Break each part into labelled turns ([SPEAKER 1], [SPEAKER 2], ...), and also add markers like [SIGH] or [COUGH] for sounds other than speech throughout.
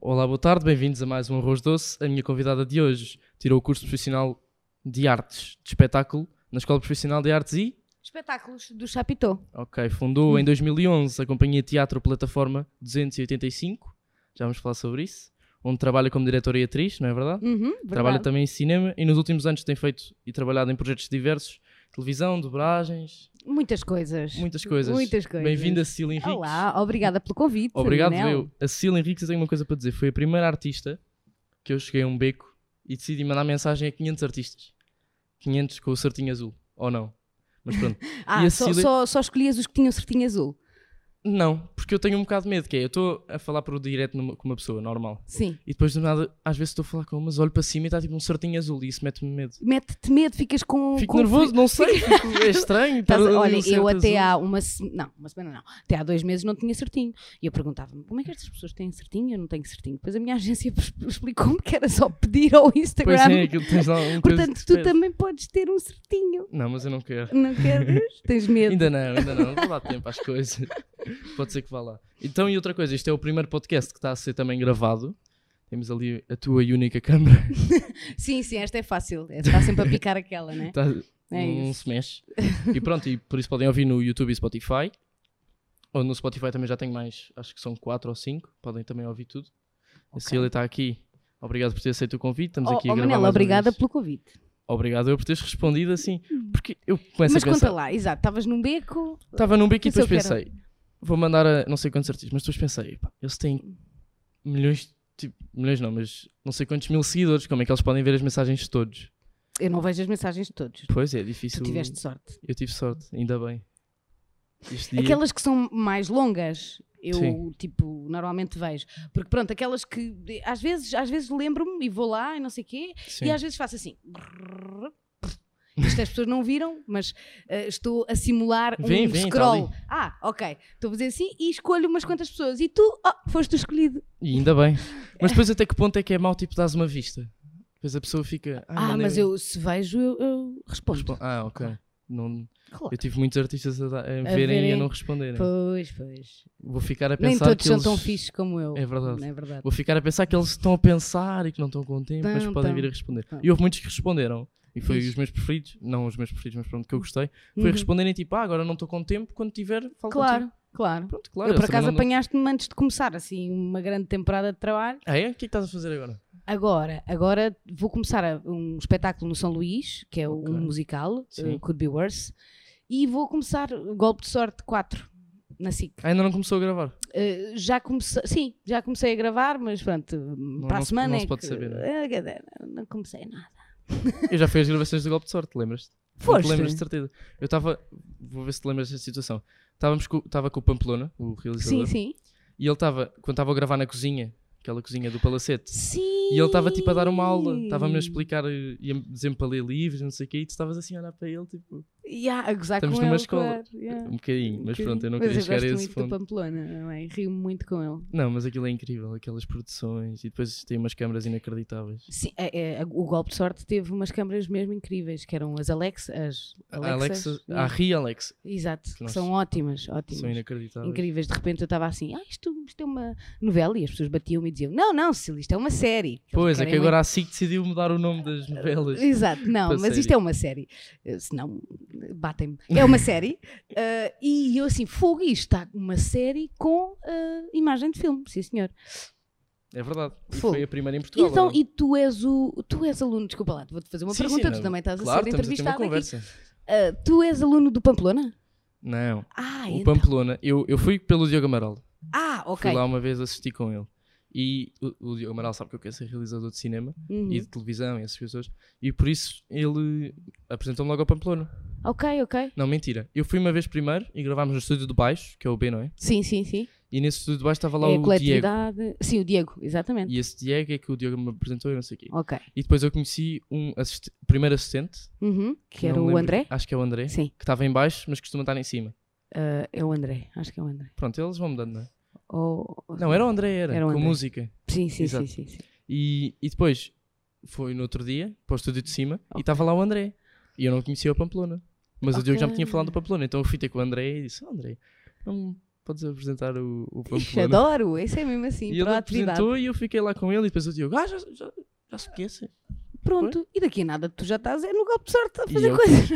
[SPEAKER 1] Olá, boa tarde, bem-vindos a mais um Arroz Doce. A minha convidada de hoje tirou o curso profissional de artes de espetáculo na Escola Profissional de Artes e,
[SPEAKER 2] Espetáculos do Chapitão.
[SPEAKER 1] ok, fundou
[SPEAKER 2] Hum.
[SPEAKER 1] em 2011 a companhia Teatro Plataforma 285, já vamos falar sobre isso, onde trabalha como diretora e atriz, não é verdade?
[SPEAKER 2] Uhum,
[SPEAKER 1] Trabalha
[SPEAKER 2] verdade.
[SPEAKER 1] também em cinema e nos últimos anos tem feito e trabalhado em projetos diversos, televisão, dobragens,
[SPEAKER 2] Muitas coisas.
[SPEAKER 1] muitas coisas.
[SPEAKER 2] Muitas coisas.
[SPEAKER 1] Bem-vinda, Cecília Henriques.
[SPEAKER 2] Olá, obrigada pelo convite.
[SPEAKER 1] Obrigado,
[SPEAKER 2] Manel.
[SPEAKER 1] eu. A Cecília Henriques, eu tenho uma coisa para dizer. Foi a primeira artista que eu cheguei a um beco e decidi mandar mensagem a 500 artistas. 500 com o certinho azul. Ou não. Mas
[SPEAKER 2] [LAUGHS]
[SPEAKER 1] pronto.
[SPEAKER 2] Ah,
[SPEAKER 1] E a
[SPEAKER 2] só,
[SPEAKER 1] Cecília-
[SPEAKER 2] só, só escolhias os que tinham certinho azul.
[SPEAKER 1] não, porque eu tenho um bocado de medo, que é, eu estou a falar por direto numa- com uma pessoa, normal.
[SPEAKER 2] Sim.
[SPEAKER 1] E depois do nada, às vezes estou a falar com uma, mas olho para cima e está tipo um certinho azul e isso mete-me medo.
[SPEAKER 2] Mete-te medo, ficas com.
[SPEAKER 1] Fico
[SPEAKER 2] com
[SPEAKER 1] nervoso,
[SPEAKER 2] frio.
[SPEAKER 1] não sei,
[SPEAKER 2] [LAUGHS]
[SPEAKER 1] fico- é estranho.
[SPEAKER 2] Um Estás a-
[SPEAKER 1] estar ali
[SPEAKER 2] olha,
[SPEAKER 1] um
[SPEAKER 2] eu
[SPEAKER 1] certo azul.
[SPEAKER 2] até há uma semana, não, uma semana não, até há dois meses não tinha certinho. E eu perguntava-me como é que estas pessoas têm certinho? Eu não tenho certinho. Depois a minha agência [LAUGHS] explicou-me que era só pedir ao Instagram.
[SPEAKER 1] Pois é, aquilo tens lá
[SPEAKER 2] [LAUGHS]
[SPEAKER 1] um coisa
[SPEAKER 2] Portanto,
[SPEAKER 1] de
[SPEAKER 2] tu
[SPEAKER 1] espera.
[SPEAKER 2] também podes ter um certinho.
[SPEAKER 1] Não, mas eu não quero. [LAUGHS]
[SPEAKER 2] Não queres? Tens medo.
[SPEAKER 1] Ainda não, ainda
[SPEAKER 2] [LAUGHS]
[SPEAKER 1] não. Vou dar tempo às coisas. [LAUGHS] Pode ser que vá lá. Então, e outra coisa, este é o primeiro podcast que está a ser também gravado. Temos ali a tua e única câmera.
[SPEAKER 2] Sim, sim, esta é fácil. Está sempre a picar aquela,
[SPEAKER 1] [LAUGHS]
[SPEAKER 2] né?
[SPEAKER 1] Tá,
[SPEAKER 2] É
[SPEAKER 1] não
[SPEAKER 2] isso.
[SPEAKER 1] se
[SPEAKER 2] [LAUGHS]
[SPEAKER 1] mexe. E pronto, e por isso podem ouvir no YouTube e Spotify. Ou no Spotify também já tenho mais, acho que são quatro ou cinco. Podem também ouvir tudo. A Cília está aqui. Obrigado por ter aceito o convite. Estamos
[SPEAKER 2] Oh,
[SPEAKER 1] aqui a
[SPEAKER 2] oh,
[SPEAKER 1] gravar.
[SPEAKER 2] Manela,
[SPEAKER 1] mais uma
[SPEAKER 2] obrigada
[SPEAKER 1] vez.
[SPEAKER 2] pelo convite.
[SPEAKER 1] Obrigado eu por teres respondido assim. Porque eu começo
[SPEAKER 2] Mas
[SPEAKER 1] a pensar.
[SPEAKER 2] conta lá, exato, estavas num beco.
[SPEAKER 1] Estava num bico e
[SPEAKER 2] Isso eu
[SPEAKER 1] depois pensei, vou mandar a não sei quantos artistas, mas depois pensei, pá, eles têm milhões, tipo, milhões não, mas não sei quantos mil seguidores, como é que eles podem ver as mensagens de todos?
[SPEAKER 2] Eu não vejo as mensagens de todos.
[SPEAKER 1] Pois é,
[SPEAKER 2] Tu
[SPEAKER 1] difícil.
[SPEAKER 2] tiveste sorte.
[SPEAKER 1] Eu tive sorte, ainda bem. Este dia-
[SPEAKER 2] Aquelas que são mais longas, eu
[SPEAKER 1] Sim.
[SPEAKER 2] tipo, normalmente vejo. Porque pronto, aquelas que às vezes, às vezes lembro-me e vou lá e não sei o quê,
[SPEAKER 1] Sim.
[SPEAKER 2] e às vezes faço assim. Isto as pessoas não viram, mas eh, estou a simular um
[SPEAKER 1] Vem, vem, tá
[SPEAKER 2] scroll.
[SPEAKER 1] ali.
[SPEAKER 2] ah, ok. Estou a fazer assim e escolho umas quantas pessoas. E tu, oh, foste o escolhido.
[SPEAKER 1] E ainda
[SPEAKER 2] [LAUGHS]
[SPEAKER 1] bem. Mas depois até que ponto é que é mau, tipo, dás uma vista? Depois a pessoa fica...
[SPEAKER 2] Ah,
[SPEAKER 1] mandei-
[SPEAKER 2] mas eu se vejo, eu, eu respondo.
[SPEAKER 1] Respo- Ah, ok. Não-
[SPEAKER 2] Claro.
[SPEAKER 1] Eu tive muitos artistas a, da- a
[SPEAKER 2] A
[SPEAKER 1] verem e a
[SPEAKER 2] verem.
[SPEAKER 1] não responderem.
[SPEAKER 2] Pois, pois.
[SPEAKER 1] Vou ficar a pensar
[SPEAKER 2] Nem todos
[SPEAKER 1] que
[SPEAKER 2] são
[SPEAKER 1] eles...
[SPEAKER 2] tão fixes como eu.
[SPEAKER 1] É verdade.
[SPEAKER 2] É verdade.
[SPEAKER 1] Vou ficar a pensar que eles estão a pensar e que não estão com tempo, mas
[SPEAKER 2] Tão,
[SPEAKER 1] podem
[SPEAKER 2] tão.
[SPEAKER 1] vir a responder.
[SPEAKER 2] Tão.
[SPEAKER 1] E houve muitos que responderam. E foi
[SPEAKER 2] Fixe.
[SPEAKER 1] os meus preferidos, não os meus preferidos, mas pronto, que eu gostei. Foi
[SPEAKER 2] Uhum.
[SPEAKER 1] responderem tipo, ah, agora não estou com tempo, quando tiver, falo contigo.
[SPEAKER 2] Claro, claro.
[SPEAKER 1] Pronto, claro.
[SPEAKER 2] eu por
[SPEAKER 1] eles também
[SPEAKER 2] acaso
[SPEAKER 1] não-
[SPEAKER 2] apanhaste-me antes de começar, assim, uma grande temporada de trabalho.
[SPEAKER 1] Ah, é? O que é que estás a fazer agora?
[SPEAKER 2] Agora, agora vou começar a- um espetáculo no São Luís, que é
[SPEAKER 1] Ok.
[SPEAKER 2] um musical,
[SPEAKER 1] Sim.
[SPEAKER 2] eh, Could Be Worse, e vou começar o Golpe de Sorte 4 na SIC.
[SPEAKER 1] Ah, ainda não começou a gravar.
[SPEAKER 2] Eh, já comecei, sim, já comecei a gravar, mas pronto, para a
[SPEAKER 1] não se-
[SPEAKER 2] semana
[SPEAKER 1] não
[SPEAKER 2] é
[SPEAKER 1] se pode
[SPEAKER 2] que-
[SPEAKER 1] saber, né? não
[SPEAKER 2] Eh, não comecei nada.
[SPEAKER 1] Eu já fui às gravações do Golpe de Sorte, lembras-te? Não te
[SPEAKER 2] Foste?
[SPEAKER 1] lembras de certeza. Eu estava, vou ver se te lembras desta situação. Estávamos com, estava com o Pamplona, o
[SPEAKER 2] Sim,
[SPEAKER 1] realizador,
[SPEAKER 2] sim.
[SPEAKER 1] e ele estava, quando estava a gravar na cozinha, aquela cozinha do Palacete,
[SPEAKER 2] Sim.
[SPEAKER 1] E ele estava tipo a dar uma aula, estava-me a explicar, eh, ia-me dizer-me para ler livros, não sei o quê, e tu estavas assim a olhar para ele, tipo,
[SPEAKER 2] Yeah, a gozar
[SPEAKER 1] Estamos
[SPEAKER 2] com
[SPEAKER 1] numa
[SPEAKER 2] ele,
[SPEAKER 1] escola.
[SPEAKER 2] claro, yeah.
[SPEAKER 1] um bocadinho, mas
[SPEAKER 2] Ok.
[SPEAKER 1] pronto, eu não
[SPEAKER 2] Mas
[SPEAKER 1] queria chegar a
[SPEAKER 2] gosto
[SPEAKER 1] esse
[SPEAKER 2] muito do
[SPEAKER 1] ponto.
[SPEAKER 2] Pamplona, não é? Rio muito com ele.
[SPEAKER 1] Não, mas aquilo é incrível, aquelas produções, e depois tem umas câmaras inacreditáveis.
[SPEAKER 2] Sim, é- é, o Golpe de Sorte teve umas câmaras mesmo incríveis, que eram as Alex, as
[SPEAKER 1] A
[SPEAKER 2] Alexas,
[SPEAKER 1] Alexa,
[SPEAKER 2] não é?
[SPEAKER 1] a Ria Alex,
[SPEAKER 2] Exato, que
[SPEAKER 1] nós-
[SPEAKER 2] são ótimas, ótimas.
[SPEAKER 1] são inacreditáveis.
[SPEAKER 2] Incríveis, de repente eu estava assim, ah, isto, isto é uma novela, e as pessoas batiam-me e diziam, não, não, Cecília, isto é uma série. Eles
[SPEAKER 1] Pois, é que
[SPEAKER 2] querem
[SPEAKER 1] agora a SIC decidiu mudar o nome das novelas. [LAUGHS]
[SPEAKER 2] Exato, não,
[SPEAKER 1] Para
[SPEAKER 2] mas isto
[SPEAKER 1] série.
[SPEAKER 2] é uma série. Eh, Senão, eh, batem-me. É uma
[SPEAKER 1] [LAUGHS]
[SPEAKER 2] série. eh, e eu assim, fogo, isto está uma série com eh, imagem de filme, sim senhor.
[SPEAKER 1] É verdade. E
[SPEAKER 2] Fogo.
[SPEAKER 1] foi a primeira em
[SPEAKER 2] E,
[SPEAKER 1] Portugal.
[SPEAKER 2] então,
[SPEAKER 1] ou não?
[SPEAKER 2] e tu és o. Tu és aluno, desculpa lá, vou-te fazer uma
[SPEAKER 1] Sim,
[SPEAKER 2] pergunta,
[SPEAKER 1] sim,
[SPEAKER 2] tu
[SPEAKER 1] não.
[SPEAKER 2] também estás a
[SPEAKER 1] claro,
[SPEAKER 2] ser
[SPEAKER 1] estamos a ter uma
[SPEAKER 2] entrevistado aqui.
[SPEAKER 1] conversa.
[SPEAKER 2] Ah, tu és aluno do Pamplona?
[SPEAKER 1] Não,
[SPEAKER 2] Ah,
[SPEAKER 1] o
[SPEAKER 2] então.
[SPEAKER 1] Pamplona, eu, eu fui pelo Diogo Amaral.
[SPEAKER 2] Ah,
[SPEAKER 1] Fui
[SPEAKER 2] ok.
[SPEAKER 1] lá uma vez assistir com ele. E o, o Diogo Amaral sabe que eu quero ser realizador de cinema
[SPEAKER 2] Uhum.
[SPEAKER 1] e de televisão e essas pessoas. E por isso ele apresentou-me logo ao Pamplona.
[SPEAKER 2] Ok, ok.
[SPEAKER 1] Não, mentira. Eu fui uma vez primeiro e gravámos no estúdio do baixo, que é o B, não é?
[SPEAKER 2] Sim, sim, sim.
[SPEAKER 1] E nesse estúdio do baixo estava lá
[SPEAKER 2] é a
[SPEAKER 1] o Diego.
[SPEAKER 2] coletividade. Sim, o Diego, exatamente.
[SPEAKER 1] E esse Diego é que o Diogo me apresentou e não sei o quê.
[SPEAKER 2] Ok.
[SPEAKER 1] E depois eu conheci um assist- primeiro assistente.
[SPEAKER 2] Uhum. Que
[SPEAKER 1] não
[SPEAKER 2] era
[SPEAKER 1] me
[SPEAKER 2] o
[SPEAKER 1] lembro-
[SPEAKER 2] André?
[SPEAKER 1] Acho que é o André.
[SPEAKER 2] Sim,
[SPEAKER 1] Que estava em baixo, mas costuma estar em cima.
[SPEAKER 2] ah, é o André, acho que é o André.
[SPEAKER 1] Pronto, eles vão mudando, não é?
[SPEAKER 2] Ou...
[SPEAKER 1] Não, era o André, era.
[SPEAKER 2] Era o
[SPEAKER 1] com
[SPEAKER 2] André.
[SPEAKER 1] música.
[SPEAKER 2] Sim, sim,
[SPEAKER 1] Exato.
[SPEAKER 2] sim, sim, sim.
[SPEAKER 1] E, e depois foi no outro dia, para o estúdio de cima, e
[SPEAKER 2] Ok.
[SPEAKER 1] estava lá o André. E eu não conhecia o Pamplona. Mas o Diogo já me tinha
[SPEAKER 2] Ok.
[SPEAKER 1] falado do Pamplona. Então eu fui ter com o André e disse: "Oh, André, não podes apresentar o,
[SPEAKER 2] [LAUGHS]
[SPEAKER 1] o
[SPEAKER 2] Ixi,
[SPEAKER 1] Pamplona.
[SPEAKER 2] adoro, esse é mesmo assim,
[SPEAKER 1] E ele
[SPEAKER 2] proatividade.
[SPEAKER 1] apresentou e eu fiquei lá com ele e depois o Diogo, ah, já, já, já se
[SPEAKER 2] [LAUGHS]
[SPEAKER 1] conhecem.
[SPEAKER 2] Pronto, e daqui a nada tu já estás é no golpe de sorte a
[SPEAKER 1] E
[SPEAKER 2] fazer
[SPEAKER 1] eu-
[SPEAKER 2] coisas.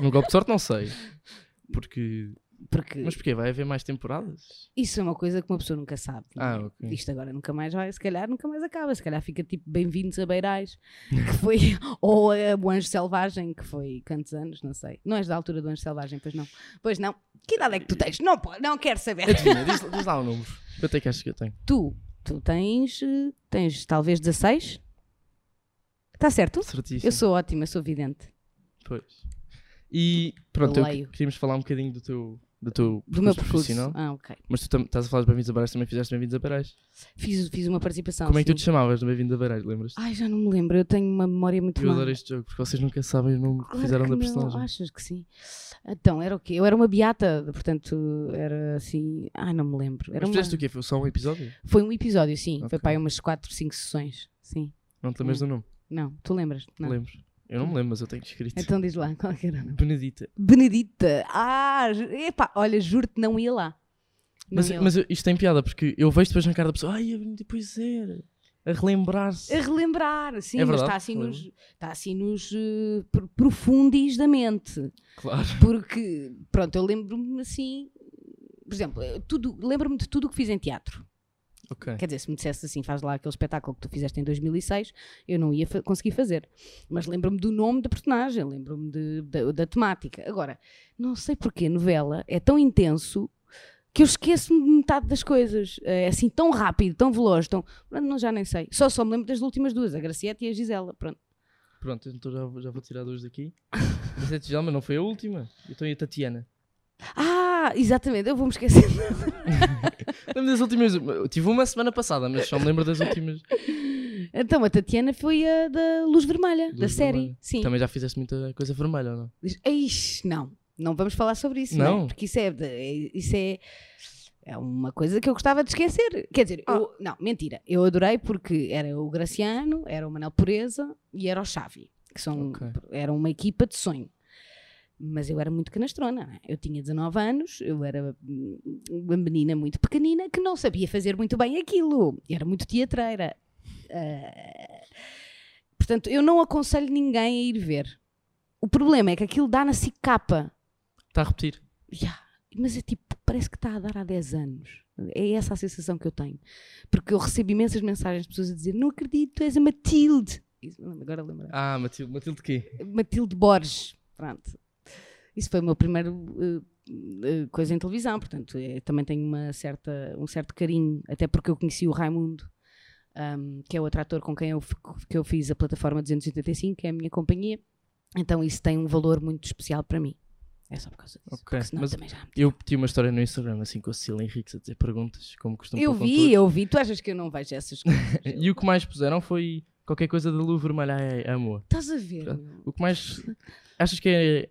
[SPEAKER 1] Um golpe de sorte não sei. Porque...
[SPEAKER 2] Porque
[SPEAKER 1] [LAUGHS] Mas porquê? Vai haver mais temporadas?
[SPEAKER 2] isso é uma coisa que uma pessoa nunca sabe.
[SPEAKER 1] Ah, [LAUGHS] ok.
[SPEAKER 2] Isto agora nunca mais vai, se calhar nunca mais acaba, se calhar fica tipo Bem-vindos a
[SPEAKER 1] [LAUGHS]
[SPEAKER 2] Beirais, que foi, ou a O Anjo Selvagem, que foi quantos anos, não sei. Não és da altura do Anjo Selvagem, pois não. Pois não. Que idade é que tu tens? Não, po- não quero saber.
[SPEAKER 1] Adivinha, É diz, diz lá o número. Quanto é que achas que eu tenho?
[SPEAKER 2] Tu, tu tens, eh, tens talvez 16? Está certo?
[SPEAKER 1] Certíssimo.
[SPEAKER 2] Eu sou ótima, sou vidente.
[SPEAKER 1] Pois. E pronto, eu
[SPEAKER 2] Leio.
[SPEAKER 1] que- queríamos falar um bocadinho do teu, do teu
[SPEAKER 2] Do meu percurso.
[SPEAKER 1] profissional.
[SPEAKER 2] Ah, ok.
[SPEAKER 1] Mas tu tam- estás a falar de Bem-vindos a Baralhos, também fizeste Bem-vindos a Baralhos.
[SPEAKER 2] Fiz, fiz uma participação.
[SPEAKER 1] Como é que tu
[SPEAKER 2] Ah, sim. Ah,
[SPEAKER 1] te chamavas no Bem-vindos a Baralhos, lembras-te?
[SPEAKER 2] Ai, já não me lembro, eu tenho uma memória muito
[SPEAKER 1] eu
[SPEAKER 2] má.
[SPEAKER 1] adoro este jogo, porque vocês nunca sabem o nome que
[SPEAKER 2] Claro
[SPEAKER 1] fizeram
[SPEAKER 2] que
[SPEAKER 1] da
[SPEAKER 2] não,
[SPEAKER 1] personagem.
[SPEAKER 2] Achas que sim? Então, era o quê? Eu era uma beata, portanto, era assim. Ai, não me lembro. Era
[SPEAKER 1] Mas
[SPEAKER 2] uma-
[SPEAKER 1] fizeste o quê? Foi só um episódio?
[SPEAKER 2] Foi um episódio, sim. Foi
[SPEAKER 1] Ok.
[SPEAKER 2] para aí umas 4, 5 sessões. Sim.
[SPEAKER 1] Não te lembras do nome?
[SPEAKER 2] Não, tu lembras? Não.
[SPEAKER 1] Lembro. Eu não me lembro, mas eu tenho escrito.
[SPEAKER 2] Então diz lá, [LAUGHS] qual que era?
[SPEAKER 1] Benedita.
[SPEAKER 2] Benedita! Ah, ju- epá, olha, juro-te, não ia lá. Não
[SPEAKER 1] Mas,
[SPEAKER 2] ia
[SPEAKER 1] mas eu- isto tem piada, porque eu vejo depois na cara da pessoa, ai, a Benedita, pois era. A relembrar-se.
[SPEAKER 2] lá. A relembrar, sim,
[SPEAKER 1] É
[SPEAKER 2] mas
[SPEAKER 1] verdade,
[SPEAKER 2] está assim nos,
[SPEAKER 1] lembro.
[SPEAKER 2] está assim nos eh, pro- profundis da mente.
[SPEAKER 1] Claro.
[SPEAKER 2] Porque, pronto, eu lembro-me assim. Por exemplo, eu tudo- lembro-me de tudo o que fiz em teatro.
[SPEAKER 1] Ok.
[SPEAKER 2] Quer dizer, se me dissesse assim, faz lá aquele espetáculo que tu fizeste em 2006, eu não ia fa- conseguir fazer. Mas lembro-me do nome da personagem, lembro-me de- da, da temática. Agora, não sei porquê, novela é tão intenso que eu esqueço-me de metade das coisas. É assim, tão rápido, tão veloz, tão. Pronto, não, já nem sei. Só só me lembro das últimas duas, a Graciete e a Gisela. Pronto.
[SPEAKER 1] Pronto, então já, vou- já vou tirar dois daqui. Mas é Tigel, mas não foi a última. Então e a Tatiana?
[SPEAKER 2] Ah, exatamente, eu vou-me esquecer.
[SPEAKER 1] Lembro das últimas. eu Tive uma semana passada, mas só me lembro das últimas.
[SPEAKER 2] Então, a Tatiana foi a da Luz Vermelha, da
[SPEAKER 1] Luz
[SPEAKER 2] série.
[SPEAKER 1] Vermelha.
[SPEAKER 2] Sim.
[SPEAKER 1] Também já fizeste muita coisa vermelha, ou não?
[SPEAKER 2] Diz, "Eish, não, não vamos falar sobre isso,
[SPEAKER 1] Não?
[SPEAKER 2] não. é? Porque isso é, de- é- isso é, é uma coisa que eu gostava de esquecer. Quer dizer, eu- não, mentira. Eu adorei porque era o Graciano, era o Manel Pureza e era o Xavi, que são,
[SPEAKER 1] Ok.
[SPEAKER 2] eram uma equipa de sonho. Mas eu era muito canastrona, não é? eu tinha 19 anos, eu era hum, uma menina muito pequenina que não sabia fazer muito bem aquilo, era muito teatreira. Ah, portanto, eu não aconselho ninguém a ir ver. O problema é que aquilo dá na capa.
[SPEAKER 1] Está a repetir.
[SPEAKER 2] Ya, Mas é tipo, parece que está a dar há 10 anos. É essa a sensação que eu tenho. Porque eu recebo imensas mensagens de pessoas a dizer: Não acredito, tu és a Matilde. Isso, não, agora lembro.
[SPEAKER 1] Ah, Matilde, Matilde quê?
[SPEAKER 2] Matilde Borges. Pronto. Isso foi o meu primeiro eh, eh, coisa em televisão, portanto, eh, também tenho uma certa, um certo carinho, até porque eu conheci o Raimundo, ahm, que é outro ator com quem eu, f- que eu fiz a plataforma 285, que é a minha companhia. Então isso tem um valor muito especial para mim. É só por causa disso.
[SPEAKER 1] Ok,
[SPEAKER 2] Senão
[SPEAKER 1] mas
[SPEAKER 2] também já me
[SPEAKER 1] eu tinha uma história no Instagram, assim, com a Cecília Henriques a dizer perguntas, como costumo
[SPEAKER 2] Eu
[SPEAKER 1] pôr um com
[SPEAKER 2] vi, eu vi. Tu achas que eu não vejo
[SPEAKER 1] [LAUGHS]
[SPEAKER 2] essas coisas?
[SPEAKER 1] todos. E o que mais puseram foi qualquer coisa da Lu Vermelha, ai, amor.
[SPEAKER 2] Estás a ver? meu?
[SPEAKER 1] O que
[SPEAKER 2] [LAUGHS]
[SPEAKER 1] mais. Achas que é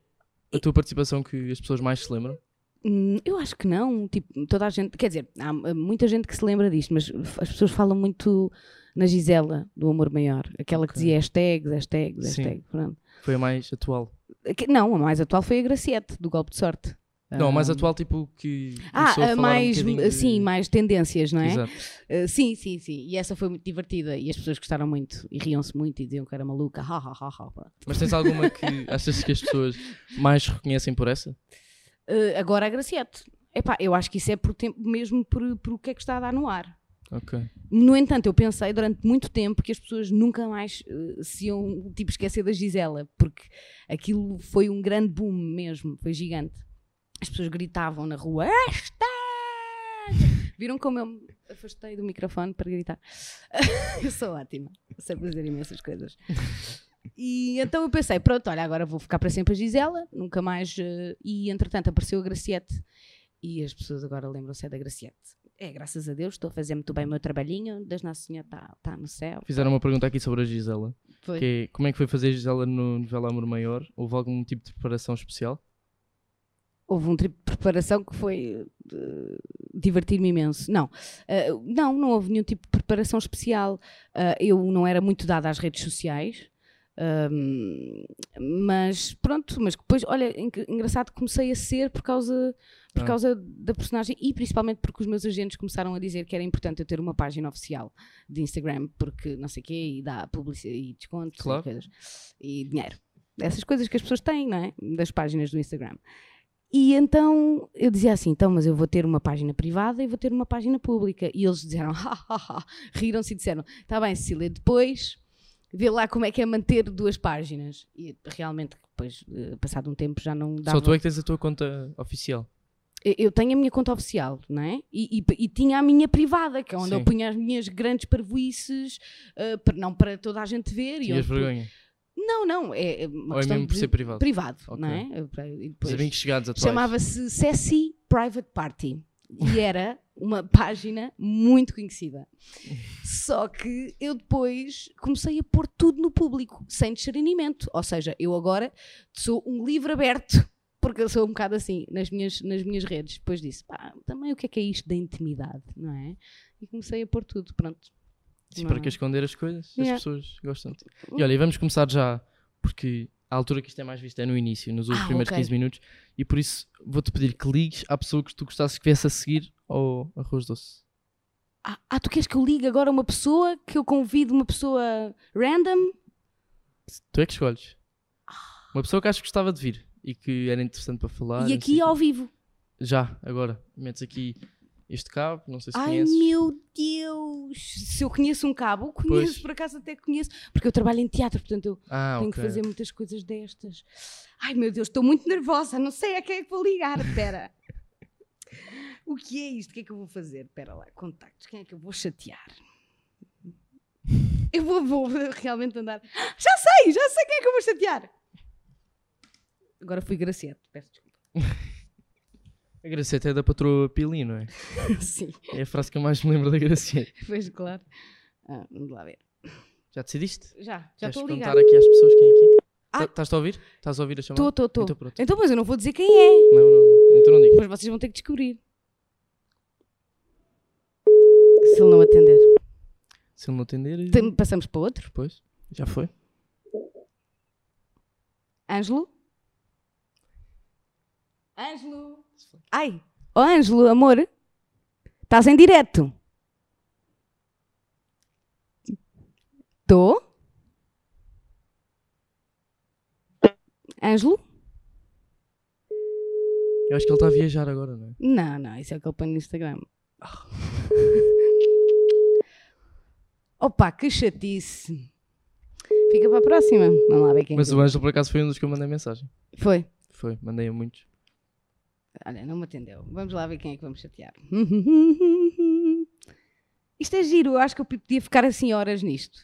[SPEAKER 1] a tua participação que as pessoas mais se lembram?
[SPEAKER 2] Hum, Eu acho que não. Tipo, toda a gente. Quer dizer, há há muita gente que se lembra disto, mas f- as pessoas falam muito na Gisela do Amor Maior. Aquela que
[SPEAKER 1] Ok.
[SPEAKER 2] dizia hashtags, hashtags,
[SPEAKER 1] Sim.
[SPEAKER 2] hashtags. Pronto.
[SPEAKER 1] Foi a mais atual.
[SPEAKER 2] Que- Não, a mais atual foi a Graciete, do golpe de sorte.
[SPEAKER 1] Não, a mais
[SPEAKER 2] Ah,
[SPEAKER 1] atual, tipo, que. começou a
[SPEAKER 2] Ah, a
[SPEAKER 1] falar um
[SPEAKER 2] mais,
[SPEAKER 1] bocadinho de-
[SPEAKER 2] sim, mais tendências, não é?
[SPEAKER 1] Exato.
[SPEAKER 2] Uh, sim, sim, sim. E essa foi muito divertida. E as pessoas gostaram muito. E riam-se muito e diziam que era maluca. Ha, ha, ha, ha.
[SPEAKER 1] Mas tens alguma
[SPEAKER 2] [LAUGHS]
[SPEAKER 1] que achas que as pessoas mais reconhecem por essa?
[SPEAKER 2] Uh, agora a Graciete. Epá, eu acho que isso é por tempo, mesmo por, por o que é que está a dar no ar.
[SPEAKER 1] Ok.
[SPEAKER 2] No entanto, eu pensei durante muito tempo que as pessoas nunca mais eh, se iam tipo, esquecer da Gisela, porque aquilo foi um grande boom mesmo, foi gigante. As pessoas gritavam na rua: Esta! Viram como eu me afastei do microfone para gritar? [LAUGHS] eu sou ótima, sei fazer imensas coisas. E então eu pensei: pronto, olha, agora vou ficar para sempre a Gisela, nunca mais. eh, e entretanto apareceu a Graciete e as pessoas agora lembram-se é da Graciete. É, graças a Deus, estou a fazer muito bem o meu trabalhinho. Deus Nossa Senhora está tá no céu.
[SPEAKER 1] Fizeram uma pergunta aqui sobre a Gisela.
[SPEAKER 2] Foi.
[SPEAKER 1] Que é, como é que foi fazer a Gisela no Novela Amor Maior? Houve algum tipo de preparação especial?
[SPEAKER 2] Houve um trip de preparação que foi eh, divertir-me imenso. Não, eh, não, não houve nenhum tipo de preparação especial. Eh, eu não era muito dada às redes sociais. Ahm, mas pronto, mas depois, olha, en- engraçado, comecei a ser por causa, por
[SPEAKER 1] Ah.
[SPEAKER 2] causa da personagem e principalmente porque os meus agentes começaram a dizer que era importante eu ter uma página oficial de Instagram porque não sei o quê e dá publicidade e descontos e
[SPEAKER 1] Claro.
[SPEAKER 2] coisas e dinheiro. Essas coisas que as pessoas têm, não é? Das páginas do Instagram. E então eu dizia assim: então, mas eu vou ter uma página privada e vou ter uma página pública. E eles disseram: "Ha, ha, ha", riram-se e disseram: tá bem, Cecília, depois vê lá como é que é manter duas páginas. E realmente, depois, eh, passado um tempo, já não dava.
[SPEAKER 1] Só tu é que tens a tua conta oficial.
[SPEAKER 2] Eu- Eu tenho a minha conta oficial, não é? E, e- e tinha a minha privada, que é onde
[SPEAKER 1] Sim.
[SPEAKER 2] eu punha as minhas grandes parvoices, eh, para- não para toda a gente ver. e
[SPEAKER 1] Tinhas
[SPEAKER 2] onde-
[SPEAKER 1] vergonha.
[SPEAKER 2] Não, não, é é
[SPEAKER 1] Ou
[SPEAKER 2] uma
[SPEAKER 1] é
[SPEAKER 2] questão
[SPEAKER 1] mesmo por
[SPEAKER 2] de-
[SPEAKER 1] ser privado?
[SPEAKER 2] privado,
[SPEAKER 1] Ok.
[SPEAKER 2] não é? Eh, pra- e
[SPEAKER 1] Os
[SPEAKER 2] depois-
[SPEAKER 1] amigos chegados atuais.
[SPEAKER 2] Chamava-se Sassy Private Party e era uma página muito conhecida. Só que eu depois comecei a pôr tudo no público, sem discernimento. Ou seja, eu agora sou um livro aberto, porque eu sou um bocado assim nas minhas, nas minhas redes. Depois disse, pá, também o que é que é isto da intimidade, não é? E comecei a pôr tudo, pronto.
[SPEAKER 1] Sim,
[SPEAKER 2] Não.
[SPEAKER 1] Tipo, para que esconder as coisas,
[SPEAKER 2] Yeah. Tipo, um-
[SPEAKER 1] as pessoas gostam. de ti. E olha, e vamos começar já, porque a altura que isto é mais visto é no início, nos últimos
[SPEAKER 2] Ah,
[SPEAKER 1] primeiros
[SPEAKER 2] ok.
[SPEAKER 1] 15 minutos, e por isso vou-te pedir que ligues à pessoa que tu gostasses que viesse a seguir ao arroz doce.
[SPEAKER 2] Ah, ah, tu queres que eu ligue agora uma pessoa, que eu convido uma pessoa random?
[SPEAKER 1] Tu é que escolhes. Uma pessoa que acho que gostava de vir e que era interessante para falar.
[SPEAKER 2] Ah. e
[SPEAKER 1] não sei
[SPEAKER 2] aqui
[SPEAKER 1] o
[SPEAKER 2] ao
[SPEAKER 1] quê.
[SPEAKER 2] vivo.
[SPEAKER 1] Já, agora. Metes aqui este cabo, não sei se
[SPEAKER 2] Ai
[SPEAKER 1] conheces.
[SPEAKER 2] meu Deus! Se eu conheço um cabo, conheço,
[SPEAKER 1] Pois.
[SPEAKER 2] por acaso até conheço, porque eu trabalho em teatro, portanto eu
[SPEAKER 1] Ah,
[SPEAKER 2] tenho
[SPEAKER 1] ok.
[SPEAKER 2] que fazer muitas coisas destas. Ai meu Deus, estou muito nervosa, não sei a quem é que vou ligar, pera.
[SPEAKER 1] [LAUGHS]
[SPEAKER 2] o que é isto? O que é que eu vou fazer? Pera lá, contactos, quem é que eu vou chatear? Eu vou, vou realmente andar. Já sei, já sei quem é que eu vou chatear! Agora fui graciete, peço
[SPEAKER 1] [LAUGHS]
[SPEAKER 2] desculpa.
[SPEAKER 1] A Gracieta é da patroa Pili, não é?
[SPEAKER 2] Sim,
[SPEAKER 1] É a frase que eu mais me lembro da Gracieta.
[SPEAKER 2] pois claro. Ah, vamos lá ver.
[SPEAKER 1] Já decidiste?
[SPEAKER 2] Já, já
[SPEAKER 1] Queres
[SPEAKER 2] estou a
[SPEAKER 1] contar
[SPEAKER 2] ligar.
[SPEAKER 1] aqui às pessoas quem é aqui?
[SPEAKER 2] Ah.
[SPEAKER 1] Tá- Estás-te a ouvir? Estás a ouvir a chamada?
[SPEAKER 2] Estou, estou, estou.
[SPEAKER 1] Então pronto.
[SPEAKER 2] Então, mas eu não vou dizer quem é.
[SPEAKER 1] Não, não, não. Então não digo.
[SPEAKER 2] Mas vocês vão ter que descobrir. Se ele não atender.
[SPEAKER 1] Se ele não atender,
[SPEAKER 2] Tem- Passamos para outro.
[SPEAKER 1] depois. Já foi.
[SPEAKER 2] Ângelo? Ângelo? Ai! Ó Ângelo, amor? Estás em direto? Estou? Ângelo?
[SPEAKER 1] Eu acho que ele está a viajar agora, não é?
[SPEAKER 2] Não, não, isso é o que ele põe no Instagram. Opa, que chatice. Fica para a próxima. Vamos lá ver quem
[SPEAKER 1] Mas
[SPEAKER 2] é.
[SPEAKER 1] o Ângelo, por acaso, foi um dos que eu mandei mensagem.
[SPEAKER 2] Foi.
[SPEAKER 1] Foi, mandei a muitos.
[SPEAKER 2] Olha, não me atendeu. Vamos lá ver quem é que vamos chatear. [LAUGHS] Isto é giro. Eu acho que eu podia ficar assim horas nisto.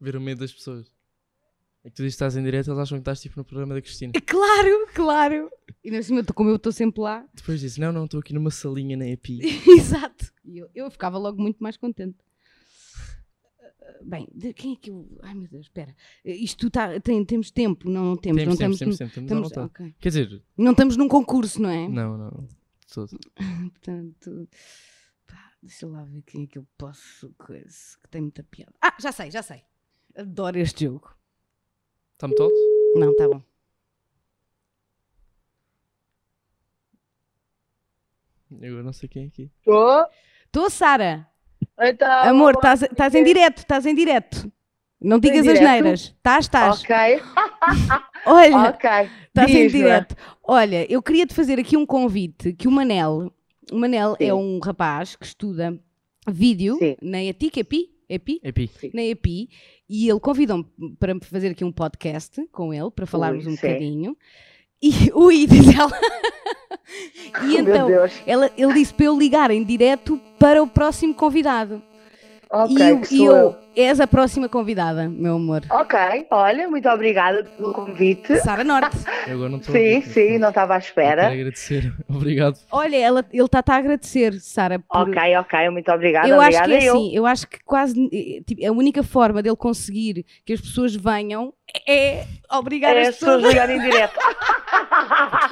[SPEAKER 1] Ver o medo das pessoas. É que tu dizes que estás em direto, eles acham que estás tipo no programa da
[SPEAKER 2] [LAUGHS]
[SPEAKER 1] Cristina.
[SPEAKER 2] É Claro, claro. E na cima, como eu estou sempre lá.
[SPEAKER 1] Depois dizes, não, não, estou aqui numa salinha na EPI.
[SPEAKER 2] [LAUGHS] Exato. E eu, eu ficava logo muito mais contente. Bem, de quem é que eu. Ai meu Deus, espera. Isto tá, tem, temos tempo, não, não temos. é.
[SPEAKER 1] Temos,
[SPEAKER 2] não
[SPEAKER 1] temos, temos,
[SPEAKER 2] estamos
[SPEAKER 1] temos, temos à
[SPEAKER 2] num-
[SPEAKER 1] vontade.
[SPEAKER 2] estamos- ok.
[SPEAKER 1] Quer dizer,
[SPEAKER 2] Não estamos num concurso, não é?
[SPEAKER 1] não, não, não. de todo.
[SPEAKER 2] Portanto, pá, deixa lá ver quem é que eu posso. Coisa, que tem muita piada. Ah, já sei, já sei. Adoro este jogo.
[SPEAKER 1] Está-me todo?
[SPEAKER 2] Não, tá bom.
[SPEAKER 1] Eu agora não sei quem é aqui.
[SPEAKER 3] Tô.
[SPEAKER 2] Estou, Sara.
[SPEAKER 3] Então,
[SPEAKER 2] Amor, estás estás em direto, estás em direto. Não
[SPEAKER 3] Estou em
[SPEAKER 2] digas as
[SPEAKER 3] direto?
[SPEAKER 2] neiras. Estás, estás.
[SPEAKER 3] ok,
[SPEAKER 2] Olha. [LAUGHS]
[SPEAKER 3] ok.
[SPEAKER 2] Estás em
[SPEAKER 3] Diz-me.
[SPEAKER 2] direto. Tá Olha, eu queria te fazer aqui um convite que o Manel, o Manel
[SPEAKER 3] Sim.
[SPEAKER 2] é um rapaz que estuda vídeo
[SPEAKER 3] Sim.
[SPEAKER 2] na ETIC, EPI, EPI,
[SPEAKER 1] EPI.
[SPEAKER 2] é na EPI, e ele convidou-me para fazer aqui um podcast com ele, para falarmos um
[SPEAKER 3] sim.
[SPEAKER 2] bocadinho. E, [LAUGHS] ui, diz
[SPEAKER 3] [LAUGHS]
[SPEAKER 2] ela. e
[SPEAKER 3] Meu
[SPEAKER 2] então,
[SPEAKER 3] Deus.
[SPEAKER 2] ela- ele disse para eu ligar em direto para o próximo convidado.
[SPEAKER 3] Ok,
[SPEAKER 2] e eu,
[SPEAKER 3] que
[SPEAKER 2] e
[SPEAKER 3] sou eu.
[SPEAKER 2] és a próxima convidada, meu amor.
[SPEAKER 3] Ok, olha, muito obrigada pelo convite.
[SPEAKER 2] Sara
[SPEAKER 3] [LAUGHS]
[SPEAKER 2] Norte.
[SPEAKER 1] Eu agora não estou a
[SPEAKER 3] Sim,
[SPEAKER 1] ouvir.
[SPEAKER 3] sim, não estava à
[SPEAKER 1] Eu Quero
[SPEAKER 3] espera.
[SPEAKER 1] agradecer. [LAUGHS] Obrigado.
[SPEAKER 2] Olha, ela- ele está-te a agradecer, Sara, por,
[SPEAKER 3] Ok, ok, muito obrigada.
[SPEAKER 2] Eu acho
[SPEAKER 3] obrigada
[SPEAKER 2] que é
[SPEAKER 3] eu.
[SPEAKER 2] assim, eu acho que quase eh, tipo, a única forma dele conseguir que as pessoas venham é obrigar
[SPEAKER 3] É
[SPEAKER 2] as
[SPEAKER 3] as pessoas
[SPEAKER 2] pessoas.
[SPEAKER 3] ligando em direto. [LAUGHS]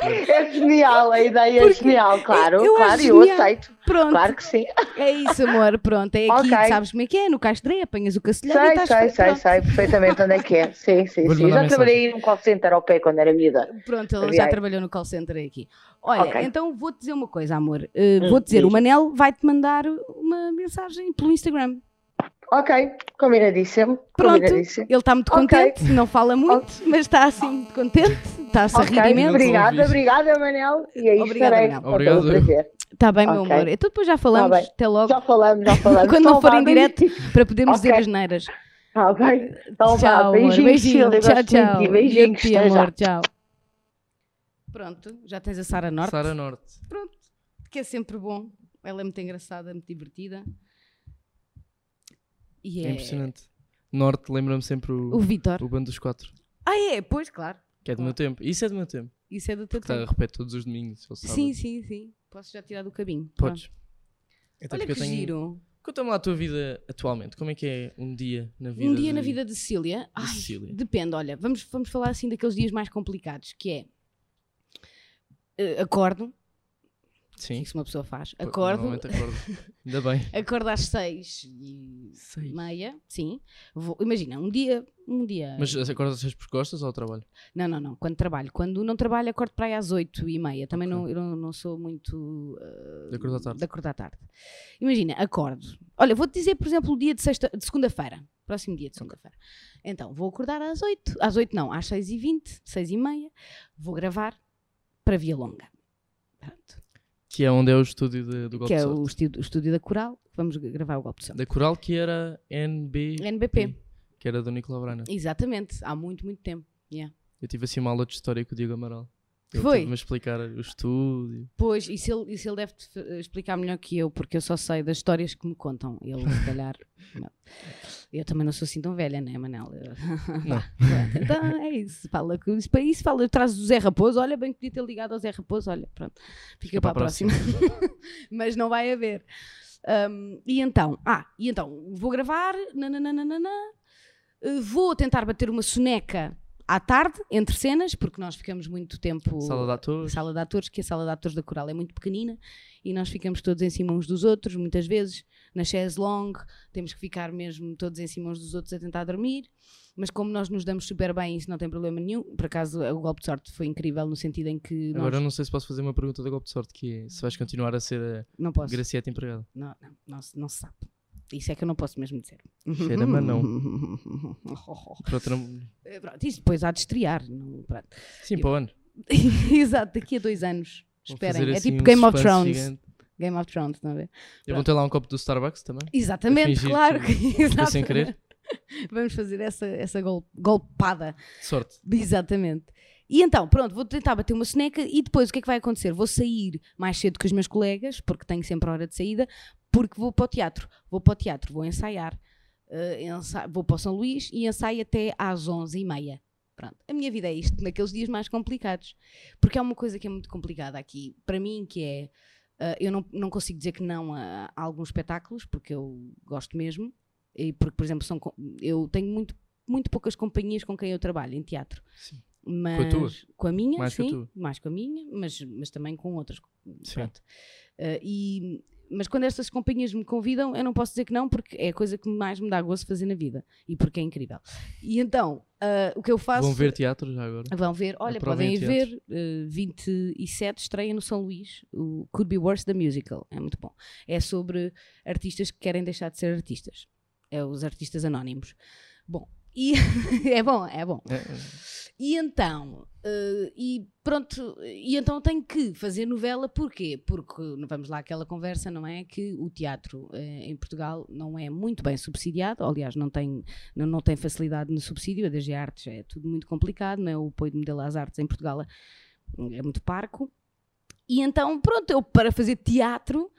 [SPEAKER 3] É genial, a ideia é
[SPEAKER 2] Porque
[SPEAKER 3] genial, claro.
[SPEAKER 2] eu
[SPEAKER 3] claro,
[SPEAKER 2] acho
[SPEAKER 3] eu
[SPEAKER 2] genial.
[SPEAKER 3] aceito.
[SPEAKER 2] [LAUGHS] Pronto,
[SPEAKER 3] Claro que sim.
[SPEAKER 2] é isso, amor. Pronto, é aqui,
[SPEAKER 3] Ok.
[SPEAKER 2] sabes como é que é? No Castré, apanhas o cacilhão e
[SPEAKER 3] Sei,
[SPEAKER 2] estás
[SPEAKER 3] sei, sei,
[SPEAKER 2] pronto.
[SPEAKER 3] sei perfeitamente onde é que é. Sim, sim,
[SPEAKER 1] Vou-lhe
[SPEAKER 3] sim.
[SPEAKER 1] mandar
[SPEAKER 3] Já trabalhei num call center ao pé quando era miúda.
[SPEAKER 2] Pronto, ele já
[SPEAKER 3] Aliás.
[SPEAKER 2] trabalhou no call center aqui. Olha,
[SPEAKER 3] Ok.
[SPEAKER 2] então vou-te dizer uma coisa, amor. Uh,
[SPEAKER 3] Hum,
[SPEAKER 2] vou-te dizer,
[SPEAKER 3] diz.
[SPEAKER 2] o Manel vai-te mandar uma mensagem pelo Instagram.
[SPEAKER 3] Ok, combinadíssimo.
[SPEAKER 2] Pronto.
[SPEAKER 3] Combinadíssimo.
[SPEAKER 2] Ele está muito
[SPEAKER 3] Ok.
[SPEAKER 2] contente, não fala muito, mas está assim muito contente, está-se
[SPEAKER 3] Ok,
[SPEAKER 2] a rir imenso.
[SPEAKER 3] obrigada,
[SPEAKER 1] Ouviste.
[SPEAKER 3] obrigada, Manel. E aí
[SPEAKER 2] Obrigada,
[SPEAKER 3] estarei. Então,
[SPEAKER 2] Manel.
[SPEAKER 3] com todo o
[SPEAKER 1] Obrigado.
[SPEAKER 3] prazer.
[SPEAKER 2] Está bem, meu
[SPEAKER 3] Ok.
[SPEAKER 2] amor. Então depois já falamos,
[SPEAKER 3] Tá bem.
[SPEAKER 2] até logo,
[SPEAKER 3] Já falamos, já falamos.
[SPEAKER 2] Quando não
[SPEAKER 3] Então
[SPEAKER 2] for
[SPEAKER 3] vá,
[SPEAKER 2] em direto. para podermos dizer
[SPEAKER 3] Ok.
[SPEAKER 2] as neiras.
[SPEAKER 3] Tá bem. Então vá,
[SPEAKER 2] tchau, amor.
[SPEAKER 3] beijinhos,
[SPEAKER 2] Beijinho.
[SPEAKER 3] Silvia,
[SPEAKER 2] Tchau,
[SPEAKER 3] gosto muito de ti.
[SPEAKER 2] tchau.
[SPEAKER 3] Beijinhos,
[SPEAKER 2] E a
[SPEAKER 3] até
[SPEAKER 2] ti,
[SPEAKER 3] já.
[SPEAKER 2] amor. Tchau. Pronto, já tens a Sara Norte,
[SPEAKER 1] Sara Norte.
[SPEAKER 2] Pronto, que é sempre bom. Ela é muito engraçada, muito divertida. E
[SPEAKER 1] É,
[SPEAKER 2] é,
[SPEAKER 1] impressionante. Norte lembra-me sempre
[SPEAKER 2] o
[SPEAKER 1] o,
[SPEAKER 2] Vitor.
[SPEAKER 1] o Bando dos Quatro,
[SPEAKER 2] Ah, é? Pois, claro.
[SPEAKER 1] que é do
[SPEAKER 2] Claro.
[SPEAKER 1] meu tempo. Isso é do meu tempo.
[SPEAKER 2] Isso é do teu
[SPEAKER 1] Que tá,
[SPEAKER 2] tempo.
[SPEAKER 1] repete todos os domingos. Ou sábado.
[SPEAKER 2] Sim, sim, sim. Posso já tirar do caminho. Pronto.
[SPEAKER 1] Podes. Até porque
[SPEAKER 2] Olha que
[SPEAKER 1] eu tenho-
[SPEAKER 2] giro.
[SPEAKER 1] Conta-me lá a tua vida atualmente. Como é que é um dia na vida
[SPEAKER 2] Um dia
[SPEAKER 1] de-
[SPEAKER 2] na vida de Cecília. Ai,
[SPEAKER 1] Cecília.
[SPEAKER 2] Depende, olha, vamos, vamos falar assim daqueles dias mais complicados, que é. eh, acordo,
[SPEAKER 1] Sim.
[SPEAKER 2] isso uma pessoa faz.
[SPEAKER 1] Pô,
[SPEAKER 2] Acordo,
[SPEAKER 1] Normalmente acordo.
[SPEAKER 2] [LAUGHS]
[SPEAKER 1] Ainda bem.
[SPEAKER 2] acordo às seis e
[SPEAKER 1] Seis.
[SPEAKER 2] meia, sim. Vou- imagina, um dia. Um dia.
[SPEAKER 1] Mas acordas vocês por costas ou ao trabalho?
[SPEAKER 2] Não, não, não. Quando trabalho. Quando não trabalho, acordo para aí às 8 e meia. Também não, eu não, não sou muito. ah,
[SPEAKER 1] De acordo à tarde.
[SPEAKER 2] De acordo à tarde. Imagina, acordo. Olha, vou-te dizer, por exemplo, o dia de, sexta, de segunda-feira. Próximo dia de segunda-feira. Então, vou acordar às 8. Às 8 não, às 6 e 20, 6 e meia. Vou gravar para Via Longa. Pronto.
[SPEAKER 1] Que é onde é o estúdio de- do Golpe
[SPEAKER 2] que
[SPEAKER 1] de
[SPEAKER 2] é
[SPEAKER 1] Sorte.
[SPEAKER 2] o estúdio, o estúdio da Coral. Vamos gravar o golpe de sorte.
[SPEAKER 1] Da Coral, que era NB,
[SPEAKER 2] NBP.
[SPEAKER 1] que era do Nicolau Brana.
[SPEAKER 2] Exatamente. Há muito, muito tempo.
[SPEAKER 1] Eu tive assim uma aula de história com o Diego Amaral. Ele
[SPEAKER 2] Foi?
[SPEAKER 1] teve-me a explicar o estúdio.
[SPEAKER 2] Pois, isso ele, isso ele deve te explicar melhor que eu, porque eu só sei das histórias que me contam. Ele, se calhar. [LAUGHS] não. Eu também não sou assim tão velha, né, Manel? Eu-
[SPEAKER 1] Não.
[SPEAKER 2] [LAUGHS] Pronto, então é isso. Fala com isso. Para isso, fala. Traz o Zé Raposo. Olha, bem que podia ter ligado ao Zé Raposo. Olha, pronto.
[SPEAKER 1] É
[SPEAKER 2] Fica, para, a próxima. Mas não vai haver. Hum, e então, ah, e então, vou gravar. nananana, eh, Vou tentar bater uma soneca à tarde, entre cenas, porque nós ficamos muito tempo
[SPEAKER 1] [LAUGHS] Sala de atores.
[SPEAKER 2] sala de atores, que a sala de atores da Coral é muito pequenina e nós ficamos todos em cima uns dos outros, muitas vezes, na chaise longue, temos que ficar mesmo todos em cima uns dos outros a tentar dormir, mas como nós nos damos super bem, isso não tem problema nenhum. Por acaso, o golpe de sorte foi incrível no sentido em que nós-
[SPEAKER 1] Agora eu não sei se posso fazer uma pergunta do Golpe de Sorte, que é se vais continuar a ser a
[SPEAKER 2] não posso,
[SPEAKER 1] Gracieta empregada.
[SPEAKER 2] não, não, não, se- não se sabe. Isso é que eu não posso mesmo dizer.
[SPEAKER 1] Cheira-me a não. Para
[SPEAKER 2] [LAUGHS]
[SPEAKER 1] outra...
[SPEAKER 2] Eh, [LAUGHS] Pronto, isso depois há de estrear. não- pronto. [LAUGHS]
[SPEAKER 1] Sim, para o ano.
[SPEAKER 2] Exato, daqui a dois anos.
[SPEAKER 1] Vou
[SPEAKER 2] Esperem,
[SPEAKER 1] fazer
[SPEAKER 2] é
[SPEAKER 1] assim
[SPEAKER 2] tipo
[SPEAKER 1] um
[SPEAKER 2] Game of
[SPEAKER 1] suspense
[SPEAKER 2] Thrones.
[SPEAKER 1] gigante.
[SPEAKER 2] Game of Thrones, não é?
[SPEAKER 1] Eu vou ter lá um copo do Starbucks também.
[SPEAKER 2] Exatamente,
[SPEAKER 1] fingir
[SPEAKER 2] claro. [LAUGHS]
[SPEAKER 1] que
[SPEAKER 2] Exatamente.
[SPEAKER 1] sem querer.
[SPEAKER 2] Vamos fazer essa, essa gol- golpada. [LAUGHS]
[SPEAKER 1] Sorte.
[SPEAKER 2] Exatamente. E então, pronto, vou tentar bater uma soneca e depois o que é que vai acontecer? Vou sair mais cedo que os meus colegas, porque tenho sempre a hora de saída, porque vou para o teatro. Vou para o teatro, vou ensaiar. Eh, ensa- vou para o São Luís e ensaio até às 11h30. Pronto, a minha vida é isto, naqueles dias mais complicados. Porque há uma coisa que é muito complicada aqui, para mim, que é. eh, eu não, não consigo dizer que não a, a alguns espetáculos, porque eu gosto mesmo. E porque, por exemplo, são, co- eu tenho muito, muito poucas companhias com quem eu trabalho em teatro.
[SPEAKER 1] Sim.
[SPEAKER 2] Mas,
[SPEAKER 1] Com a tua?
[SPEAKER 2] Com a minha,
[SPEAKER 1] Mais com
[SPEAKER 2] sim.
[SPEAKER 1] a tua?
[SPEAKER 2] Mais com a minha, mas, mas também com outras.
[SPEAKER 1] Sim.
[SPEAKER 2] Pronto. Eh, e, mas quando estas companhias me convidam, eu não posso dizer que não, porque é a coisa que mais me dá gozo fazer na vida. E porque é incrível. E então, eh, o que eu faço...
[SPEAKER 1] Vão ver teatro já agora.
[SPEAKER 2] Vão ver, olha,
[SPEAKER 1] Aprovem
[SPEAKER 2] podem ir
[SPEAKER 1] o
[SPEAKER 2] ver. eh, 27 estreia no São Luís, o Could Be Worse the Musical. É muito bom. É sobre artistas que querem deixar de ser artistas. É os artistas anónimos. Bom, e [LAUGHS] é bom, é bom.
[SPEAKER 1] É, é.
[SPEAKER 2] E então, eh, e pronto, e então tenho que fazer novela, porquê? Porque, não vamos lá aquela conversa, não é? Que o teatro eh, em Portugal não é muito bem subsidiado, aliás, não tem, não, não tem facilidade no subsídio, a DG Artes é tudo muito complicado, não é? O apoio do modelo às artes em Portugal é, é muito parco. E então, pronto, eu para fazer teatro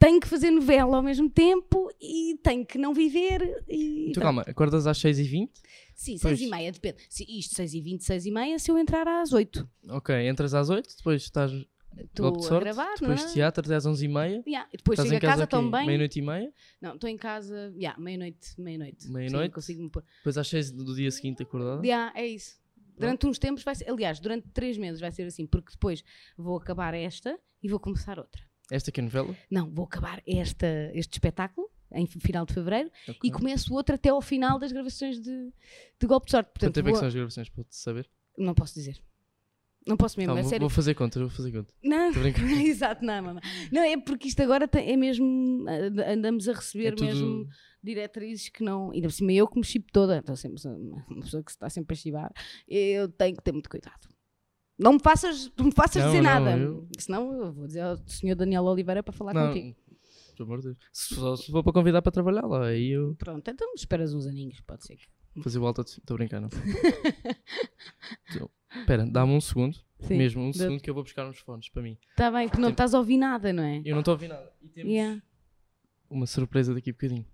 [SPEAKER 2] tenho que fazer novela ao mesmo tempo e tenho que não viver. E, tá.
[SPEAKER 1] Então calma, acordas às 6h20?
[SPEAKER 2] Sim,
[SPEAKER 1] Pois.
[SPEAKER 2] 6 e meia, depende. Se isto 6 e 20, 6 e meia, se eu entrar às 8.
[SPEAKER 1] Ok, entras às 8 depois estás Golpe de
[SPEAKER 2] Estou a
[SPEAKER 1] sorte,
[SPEAKER 2] gravar, não
[SPEAKER 1] depois
[SPEAKER 2] é?
[SPEAKER 1] teatro até às 11h30.
[SPEAKER 2] Yeah, e Depois
[SPEAKER 1] Estás
[SPEAKER 2] chego
[SPEAKER 1] em
[SPEAKER 2] a
[SPEAKER 1] casa,
[SPEAKER 2] casa também.
[SPEAKER 1] meia-noite e meia.
[SPEAKER 2] Não, estou em casa, yeah, meia-noite, meia-noite. Sim,
[SPEAKER 1] Meia-noite?
[SPEAKER 2] Consigo-me pôr.
[SPEAKER 1] Depois às 6 do dia seguinte acordada.
[SPEAKER 2] Yeah, é isso. Durante uns tempos vai ser, aliás, durante três meses vai ser assim, porque depois vou acabar esta e vou começar outra.
[SPEAKER 1] Esta aqui é a novela?
[SPEAKER 2] Não, vou acabar esta, este espetáculo em f- final de fevereiro
[SPEAKER 1] Ok.
[SPEAKER 2] e começo outra até ao final das gravações de, de Golpe de Sorte.
[SPEAKER 1] Quanto
[SPEAKER 2] Portanto,
[SPEAKER 1] tempo é que
[SPEAKER 2] vou-
[SPEAKER 1] são as gravações para te saber?
[SPEAKER 2] não posso dizer. Não posso mesmo,
[SPEAKER 1] Tá,
[SPEAKER 2] é
[SPEAKER 1] vou,
[SPEAKER 2] sério.
[SPEAKER 1] vou fazer conta, vou fazer conta.
[SPEAKER 2] Não,
[SPEAKER 1] Estou a
[SPEAKER 2] [LAUGHS]
[SPEAKER 1] brincar.
[SPEAKER 2] exato, não, mamãe. Não, é porque isto agora tem- é mesmo. and- Andamos a receber
[SPEAKER 1] É tudo-
[SPEAKER 2] mesmo diretrizes que não. Ainda por cima, eu que me chipo toda, estou sempre uma uma pessoa que se está sempre a chibar, eu tenho que ter muito cuidado. Não me faças, não me faças
[SPEAKER 1] Não,
[SPEAKER 2] dizer
[SPEAKER 1] não,
[SPEAKER 2] nada,
[SPEAKER 1] eu-
[SPEAKER 2] senão eu vou dizer ao senhor Daniel Oliveira para falar
[SPEAKER 1] Não,
[SPEAKER 2] contigo.
[SPEAKER 1] pelo amor de Deus. Se, só se for para convidar para trabalhar lá, aí eu
[SPEAKER 2] Pronto, então esperas uns aninhos, pode ser. que-
[SPEAKER 1] fazer o alta de. Estou a
[SPEAKER 2] [LAUGHS]
[SPEAKER 1] brincar, não. Então, Espera, dá-me um segundo,
[SPEAKER 2] Sim,
[SPEAKER 1] mesmo um
[SPEAKER 2] dá-te.
[SPEAKER 1] segundo que eu vou buscar uns fones para mim.
[SPEAKER 2] está Tá bem, que não estás a ouvir nada, não é?
[SPEAKER 1] Eu não estou a ouvir nada. E temos
[SPEAKER 2] Yeah.
[SPEAKER 1] uma surpresa daqui a bocadinho.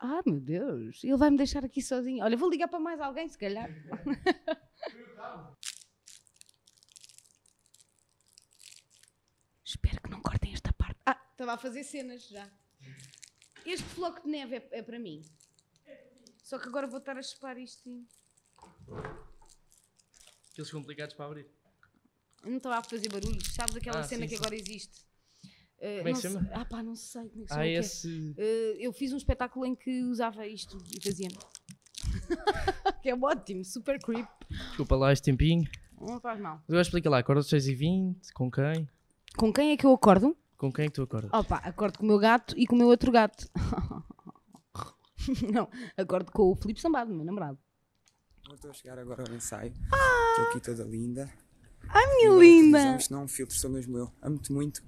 [SPEAKER 2] Ah, meu Deus, ele vai me deixar aqui sozinho. Olha, vou ligar para mais alguém, se calhar. [LAUGHS] Espero que não cortem esta parte. Ah, estava a fazer cenas já. Este floco de neve é, é para mim. Só que agora vou estar a chupar isto. e-
[SPEAKER 1] Aqueles complicados para abrir.
[SPEAKER 2] Eu Não estava a fazer barulho. Sabes aquela
[SPEAKER 1] Ah,
[SPEAKER 2] cena
[SPEAKER 1] sim,
[SPEAKER 2] que
[SPEAKER 1] sim.
[SPEAKER 2] agora existe? Eh,
[SPEAKER 1] Como é que
[SPEAKER 2] não
[SPEAKER 1] se
[SPEAKER 2] sei-
[SPEAKER 1] chama?
[SPEAKER 2] Ah pá, não sei como é que se chama.
[SPEAKER 1] Ah,
[SPEAKER 2] o quê?
[SPEAKER 1] esse.
[SPEAKER 2] Eh, eu fiz um espetáculo em que usava isto e fazia. [LAUGHS] que é ótimo, super creep.
[SPEAKER 1] Desculpa lá este tempinho.
[SPEAKER 2] Não faz mal.
[SPEAKER 1] Mas eu explica lá, acordas às 6h20, com quem?
[SPEAKER 2] Com quem é que eu acordo?
[SPEAKER 1] Com quem é que tu acordas?
[SPEAKER 2] Opa, acordo com o meu gato e com o meu outro gato. [LAUGHS] Não, acordo com o Filipe Sambado, meu namorado.
[SPEAKER 4] Eu Estou a chegar agora ao ensaio. Estou aqui toda linda. Ai,
[SPEAKER 2] Ah! minha linda!
[SPEAKER 4] Não, um filtro sou mesmo eu. Amo-te muito.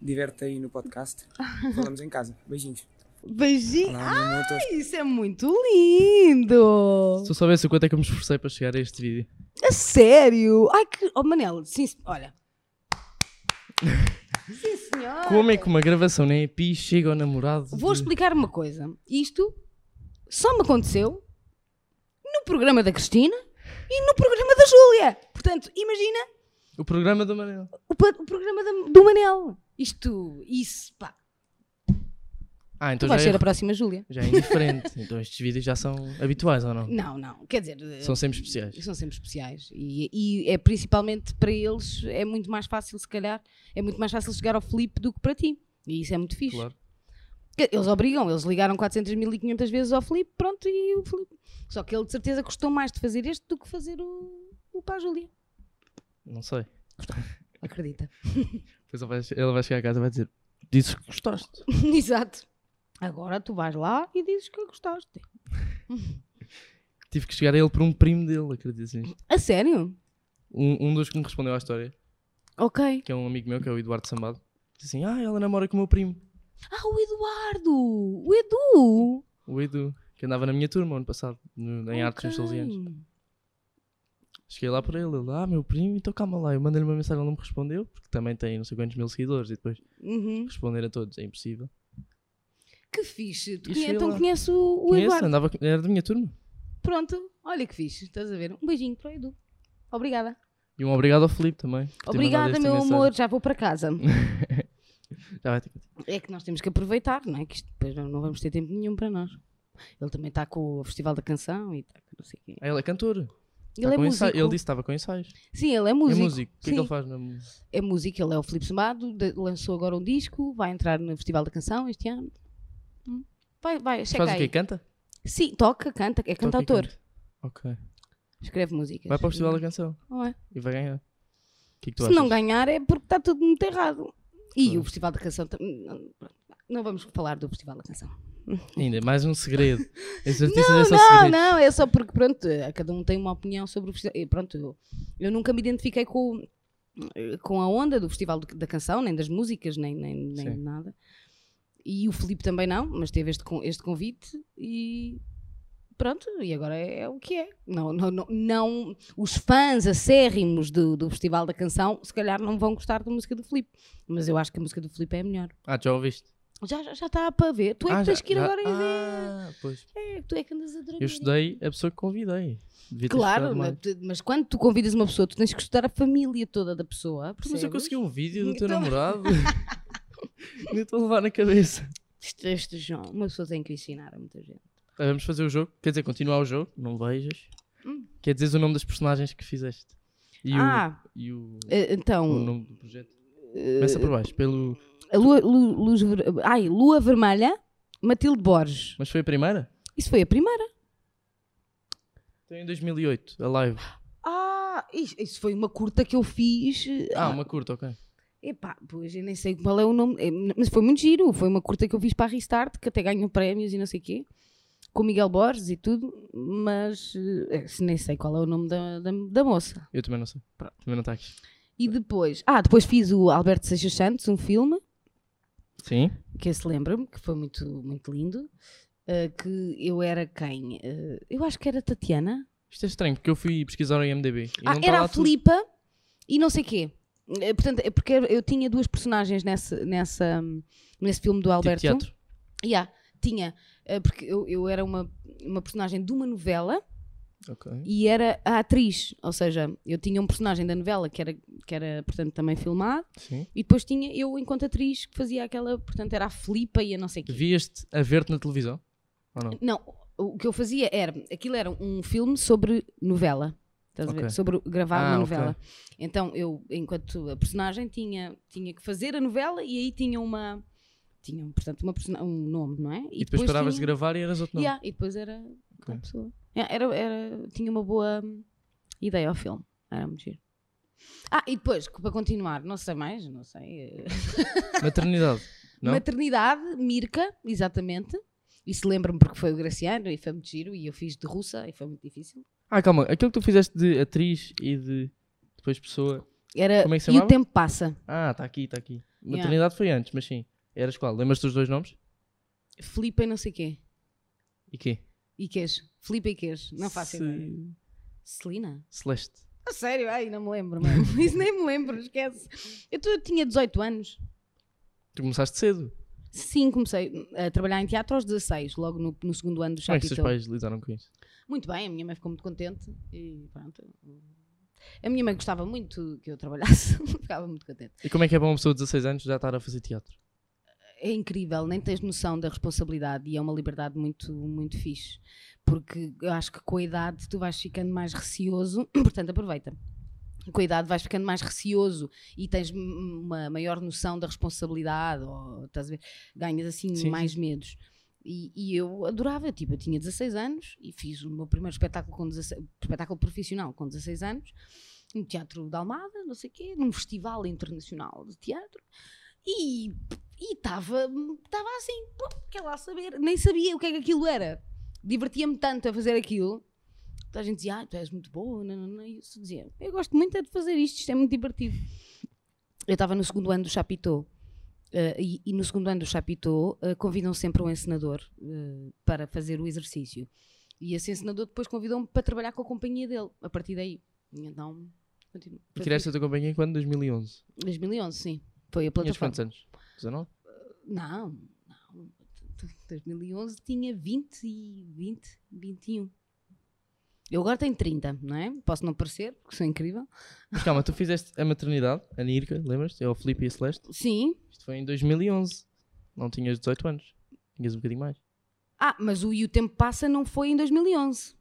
[SPEAKER 4] Diverte aí
[SPEAKER 2] [LAUGHS]
[SPEAKER 4] no podcast. Falamos em casa. Beijinhos.
[SPEAKER 2] Beijinho.
[SPEAKER 4] Olá, meu amor. Estou
[SPEAKER 2] Ai, isso é muito lindo!
[SPEAKER 1] Se eu soubesse o quanto é que eu me esforcei para chegar a este vídeo.
[SPEAKER 2] A sério! Ai, que. Oh, Manel, sim, se- olha. sim, senhor.
[SPEAKER 1] Como é que uma gravação na EPI chega ao namorado?
[SPEAKER 2] Vou
[SPEAKER 1] de-
[SPEAKER 2] explicar uma coisa. Isto só me aconteceu no programa da Cristina e no programa da Júlia. Portanto, imagina
[SPEAKER 1] O programa do Manel.
[SPEAKER 2] o, pa- o programa da- do Manel. Isto, isso, pá.
[SPEAKER 1] Ah,
[SPEAKER 2] Tu
[SPEAKER 1] então já
[SPEAKER 2] vais ser a
[SPEAKER 1] é,
[SPEAKER 2] próxima Júlia.
[SPEAKER 1] já é indiferente. [LAUGHS] então estes vídeos já são habituais ou não?
[SPEAKER 2] Não, não. Quer dizer, eh,
[SPEAKER 1] São sempre especiais.
[SPEAKER 2] são sempre especiais. E, e é principalmente para eles, é muito mais fácil, se calhar, é muito mais fácil chegar ao Felipe do que para ti. E isso é muito fixe.
[SPEAKER 1] Claro.
[SPEAKER 2] Que- Eles obrigam, eles ligaram 400.500 vezes ao Filipe, pronto, e o Filipe. Só que ele de certeza custou mais de fazer este do que fazer o, o para a Júlia.
[SPEAKER 1] Não sei.
[SPEAKER 2] Acredita.
[SPEAKER 1] Depois ele vai, ele vai chegar a casa e vai dizer: Dizes que gostaste.
[SPEAKER 2] [LAUGHS] Exato. Agora tu vais lá e dizes que gostaste.
[SPEAKER 1] Tive que chegar a ele por um primo dele, acredito assim.
[SPEAKER 2] A sério?
[SPEAKER 1] Um, um dos que me respondeu à história,
[SPEAKER 2] Ok.
[SPEAKER 1] que é um amigo meu, que é o Eduardo Sambado, disse assim: Ah, ela namora com o meu primo,
[SPEAKER 2] Ah, o Eduardo! O Edu!
[SPEAKER 1] o Edu, que andava na minha turma ano passado, no, em artes
[SPEAKER 2] Ok.
[SPEAKER 1] auxiliares. Cheguei lá por ele, ele, ah, meu primo, então calma lá. Eu mandei-lhe uma mensagem, ele não me respondeu, porque também tem não sei quantos mil seguidores e depois
[SPEAKER 2] Uhum.
[SPEAKER 1] responder a todos é impossível.
[SPEAKER 2] Que fixe. Tu
[SPEAKER 1] E
[SPEAKER 2] conhe-
[SPEAKER 1] cheguei
[SPEAKER 2] então
[SPEAKER 1] lá.
[SPEAKER 2] conheço o, o
[SPEAKER 1] Conheço,
[SPEAKER 2] Eduardo.
[SPEAKER 1] andava, com- era da minha turma.
[SPEAKER 2] Pronto, olha que fixe. Estás a ver? Um beijinho para o Edu. Obrigada.
[SPEAKER 1] E um obrigado ao Filipe também. por ter mandado
[SPEAKER 2] Obrigada,
[SPEAKER 1] esta
[SPEAKER 2] meu
[SPEAKER 1] mensagem.
[SPEAKER 2] amor. Já vou para casa. [LAUGHS]
[SPEAKER 1] Já vai ter que-
[SPEAKER 2] É que nós temos que aproveitar, não é? Que isto depois não, não vamos ter tempo nenhum para nós. Ele também está com o Festival da Canção e está com não sei o quê.
[SPEAKER 1] Ah, Ele é cantor.
[SPEAKER 2] Ele é músico.
[SPEAKER 1] Ele disse que estava com ensaios.
[SPEAKER 2] Sim, ele é
[SPEAKER 1] É
[SPEAKER 2] músico.
[SPEAKER 1] músico. O que é que
[SPEAKER 2] Sim.
[SPEAKER 1] ele faz na música?
[SPEAKER 2] É músico, ele é o Filipe Semado, de- lançou agora um disco, vai entrar no Festival da Canção este ano. Hum. Vai, vai, checa
[SPEAKER 1] Faz o
[SPEAKER 2] aí.
[SPEAKER 1] quê? Canta?
[SPEAKER 2] Sim, toca, canta, é
[SPEAKER 1] Toca e
[SPEAKER 2] cantautor.
[SPEAKER 1] canta. Ok.
[SPEAKER 2] Escreve músicas.
[SPEAKER 1] Vai para o Festival da Canção
[SPEAKER 2] Não é?
[SPEAKER 1] e vai ganhar. O que é que tu
[SPEAKER 2] Se
[SPEAKER 1] achas? Ah.
[SPEAKER 2] não ganhar é porque está tudo muito errado. E
[SPEAKER 1] Claro.
[SPEAKER 2] o Festival da Canção também. não- Não vamos falar do Festival da Canção.
[SPEAKER 1] Ainda, mais um
[SPEAKER 2] [LAUGHS]
[SPEAKER 1] segredo. Esses artistas
[SPEAKER 2] Não,
[SPEAKER 1] é só
[SPEAKER 2] não,
[SPEAKER 1] segredo.
[SPEAKER 2] não, é só porque, pronto, eh, cada um tem uma opinião sobre o festival. eh, Pronto, eu, eu nunca me identifiquei com, o- eh, com a onda do festival do- da canção, nem das músicas, nem, nem, nem
[SPEAKER 1] Sim.
[SPEAKER 2] nada. E o Filipe também não, mas teve este, con- este convite e pronto, e agora é, é o que é. Não, não, não, não- os fãs acérrimos do, do festival da canção, se calhar não vão gostar da música do Filipe, mas eu acho que a música do Filipe é a melhor.
[SPEAKER 1] Ah, já ouviste?
[SPEAKER 2] Já está já, está para ver, tu é
[SPEAKER 1] ah,
[SPEAKER 2] que tens
[SPEAKER 1] já-
[SPEAKER 2] que ir
[SPEAKER 1] já-
[SPEAKER 2] agora e ver.
[SPEAKER 1] Ah, pois.
[SPEAKER 2] É, tu é que andas a dormir.
[SPEAKER 1] Eu estudei a pessoa que convidei. Devia ter
[SPEAKER 2] Claro,
[SPEAKER 1] estudado mais.
[SPEAKER 2] mas, tu- mas quando tu convidas uma pessoa, tu tens que estudar a família toda da pessoa.
[SPEAKER 1] Pô, Mas eu
[SPEAKER 2] percebes?
[SPEAKER 1] consegui um vídeo do teu
[SPEAKER 2] Então- [LAUGHS]
[SPEAKER 1] namorado. Nem estou a levar na cabeça.
[SPEAKER 2] Isto, isto, João, uma pessoa tem que ensinar a muita gente.
[SPEAKER 1] Ah, Vamos fazer o jogo. Quer dizer, continuar o jogo. Não vejas.
[SPEAKER 2] Hum.
[SPEAKER 1] Que é dizeres o nome das personagens que fizeste. E o,
[SPEAKER 2] ah,
[SPEAKER 1] e o,
[SPEAKER 2] eh, então. eh,
[SPEAKER 1] o nome do projeto. Começa por baixo, pelo...
[SPEAKER 2] A lua, Lu- Luz Ver- ai, Lua Vermelha, Matilde Borges.
[SPEAKER 1] Mas foi a primeira?
[SPEAKER 2] Isso foi a primeira.
[SPEAKER 1] Então em 2008, a live.
[SPEAKER 2] Ah, isso, isso foi uma curta que eu fiz. eh,
[SPEAKER 1] Ah, uma curta, ok.
[SPEAKER 2] Epá, pois eu nem sei qual é o nome, eh, mas foi muito giro. Foi uma curta que eu fiz para a Restart, que até ganhou prémios e não sei o quê, com o Miguel Borges e tudo, mas eh, se nem sei qual é o nome da, da, da moça.
[SPEAKER 1] Eu também não sei. Também não está aqui.
[SPEAKER 2] E depois, ah, depois fiz o Alberto Seixas Santos, um filme,
[SPEAKER 1] Sim.
[SPEAKER 2] que esse lembra-me, que foi muito, muito lindo. eh, que eu era quem? Eh, eu acho que era Tatiana.
[SPEAKER 1] Isto é estranho, porque eu fui pesquisar o IMDB. e
[SPEAKER 2] Ah,
[SPEAKER 1] não tá
[SPEAKER 2] era
[SPEAKER 1] lá
[SPEAKER 2] a
[SPEAKER 1] tudo.
[SPEAKER 2] Filipa e não sei quê. Eh, Portanto, é porque eu tinha duas personagens nessa, nessa, nesse filme do
[SPEAKER 1] Tipo
[SPEAKER 2] Alberto.
[SPEAKER 1] teatro.
[SPEAKER 2] Yeah, tinha. Eh, Porque eu, eu era uma, uma personagem de uma novela
[SPEAKER 1] Ok.
[SPEAKER 2] e era a atriz. Ou seja, eu tinha um personagem da novela que era, que era portanto, também filmado
[SPEAKER 1] Sim.
[SPEAKER 2] e depois tinha eu enquanto atriz que fazia aquela, portanto, era a Filipa e a não sei quê.
[SPEAKER 1] Vieste a ver-te na televisão? Ou não?
[SPEAKER 2] Não, o que eu fazia era, aquilo era um filme sobre novela. Estás a
[SPEAKER 1] Ok.
[SPEAKER 2] ver? Sobre gravar
[SPEAKER 1] Ah,
[SPEAKER 2] uma
[SPEAKER 1] ok.
[SPEAKER 2] novela. Então eu, enquanto a personagem, tinha, tinha que fazer a novela e aí tinha uma. Tinha, portanto, uma persona- um nome, não é?
[SPEAKER 1] E, depois, paravas de
[SPEAKER 2] tinha-
[SPEAKER 1] gravar e eras outro nome.
[SPEAKER 2] Yeah, e depois era
[SPEAKER 1] Ok.
[SPEAKER 2] uma pessoa. Yeah, era, era- tinha uma boa hum, ideia ao filme. Era muito giro. Ah, e depois, que para continuar, não sei mais, não sei. eh,
[SPEAKER 1] [LAUGHS] Maternidade. Não?
[SPEAKER 2] Maternidade, Mirka, exatamente. Isso lembra-me porque foi o Graciano e foi muito giro e eu fiz de russa e foi muito difícil.
[SPEAKER 1] Ah, calma. Aquilo que tu fizeste de atriz e de depois pessoa.
[SPEAKER 2] Era
[SPEAKER 1] Como é que se
[SPEAKER 2] E o
[SPEAKER 1] chamava?
[SPEAKER 2] Tempo Passa.
[SPEAKER 1] Ah, está aqui, está aqui.
[SPEAKER 2] Yeah.
[SPEAKER 1] Maternidade foi antes, mas sim. Eras qual? Lembras-te dos dois nomes?
[SPEAKER 2] Filipa e não sei quê.
[SPEAKER 1] E quê?
[SPEAKER 2] Iques. Filipa Iques. Não
[SPEAKER 1] Se-
[SPEAKER 2] faço ideia. Celina?
[SPEAKER 1] Celeste.
[SPEAKER 2] A sério? Ai, não me lembro mesmo. [LAUGHS] Isso nem me lembro, esquece. Eu, tu- eu tinha 18 anos.
[SPEAKER 1] Tu começaste cedo.
[SPEAKER 2] Sim, comecei a trabalhar em teatro aos 16, logo no, no segundo ano do
[SPEAKER 1] Como é que os teus
[SPEAKER 2] Chapitão.
[SPEAKER 1] pais lidaram com isso?
[SPEAKER 2] Muito bem, a minha mãe ficou muito contente e pronto. A minha mãe gostava muito que eu trabalhasse, [LAUGHS] ficava muito contente.
[SPEAKER 1] E como é que é para uma pessoa de 16 anos já estar a fazer teatro?
[SPEAKER 2] é incrível, nem tens noção da responsabilidade e é uma liberdade muito, muito fixe. Porque eu acho que com a idade tu vais ficando mais receoso, [CLEARS THROAT] portanto aproveita. Com a idade vais ficando mais receoso e tens m- uma maior noção da responsabilidade, ou estás a ver, ganhas assim
[SPEAKER 1] Sim,
[SPEAKER 2] mais medos. E, e eu adorava, tipo, eu tinha 16 anos e fiz o meu primeiro espetáculo, com 16 espetáculo profissional com 16 anos, no Teatro da Almada, não sei o quê, num festival internacional de teatro. E e estava estava assim, pô, quer lá saber, nem sabia o que é que aquilo era. Divertia-me tanto a fazer aquilo. Então a gente dizia, ah, tu és muito boa, não, não, não. E eu só dizia, eu gosto muito é de fazer isto, isto é muito divertido. Eu estava no segundo ano do Chapitó. eh, e, e no segundo ano do Chapitó eh, convidam sempre um encenador eh, para fazer o exercício. E esse encenador depois convidou-me para trabalhar com a companhia dele, a partir daí. E Então, continuo.
[SPEAKER 1] E criaste a tua companhia em quando? 2011.
[SPEAKER 2] 2011, sim. Foi a
[SPEAKER 1] Tinhas
[SPEAKER 2] plataforma.
[SPEAKER 1] quantos anos? 19?
[SPEAKER 2] Não, não. 2011 tinha 20 e 20, 21. Eu agora tenho 30, não é? Posso não parecer, porque sou incrível.
[SPEAKER 1] Mas calma, tu fizeste a maternidade, a Nirka, lembras-te? É o Filipe e a Celeste.
[SPEAKER 2] Sim.
[SPEAKER 1] Isto foi em 2011. Não tinhas 18 anos. Tinhas um bocadinho mais.
[SPEAKER 2] Ah, mas o E o Tempo Passa não foi em 2011.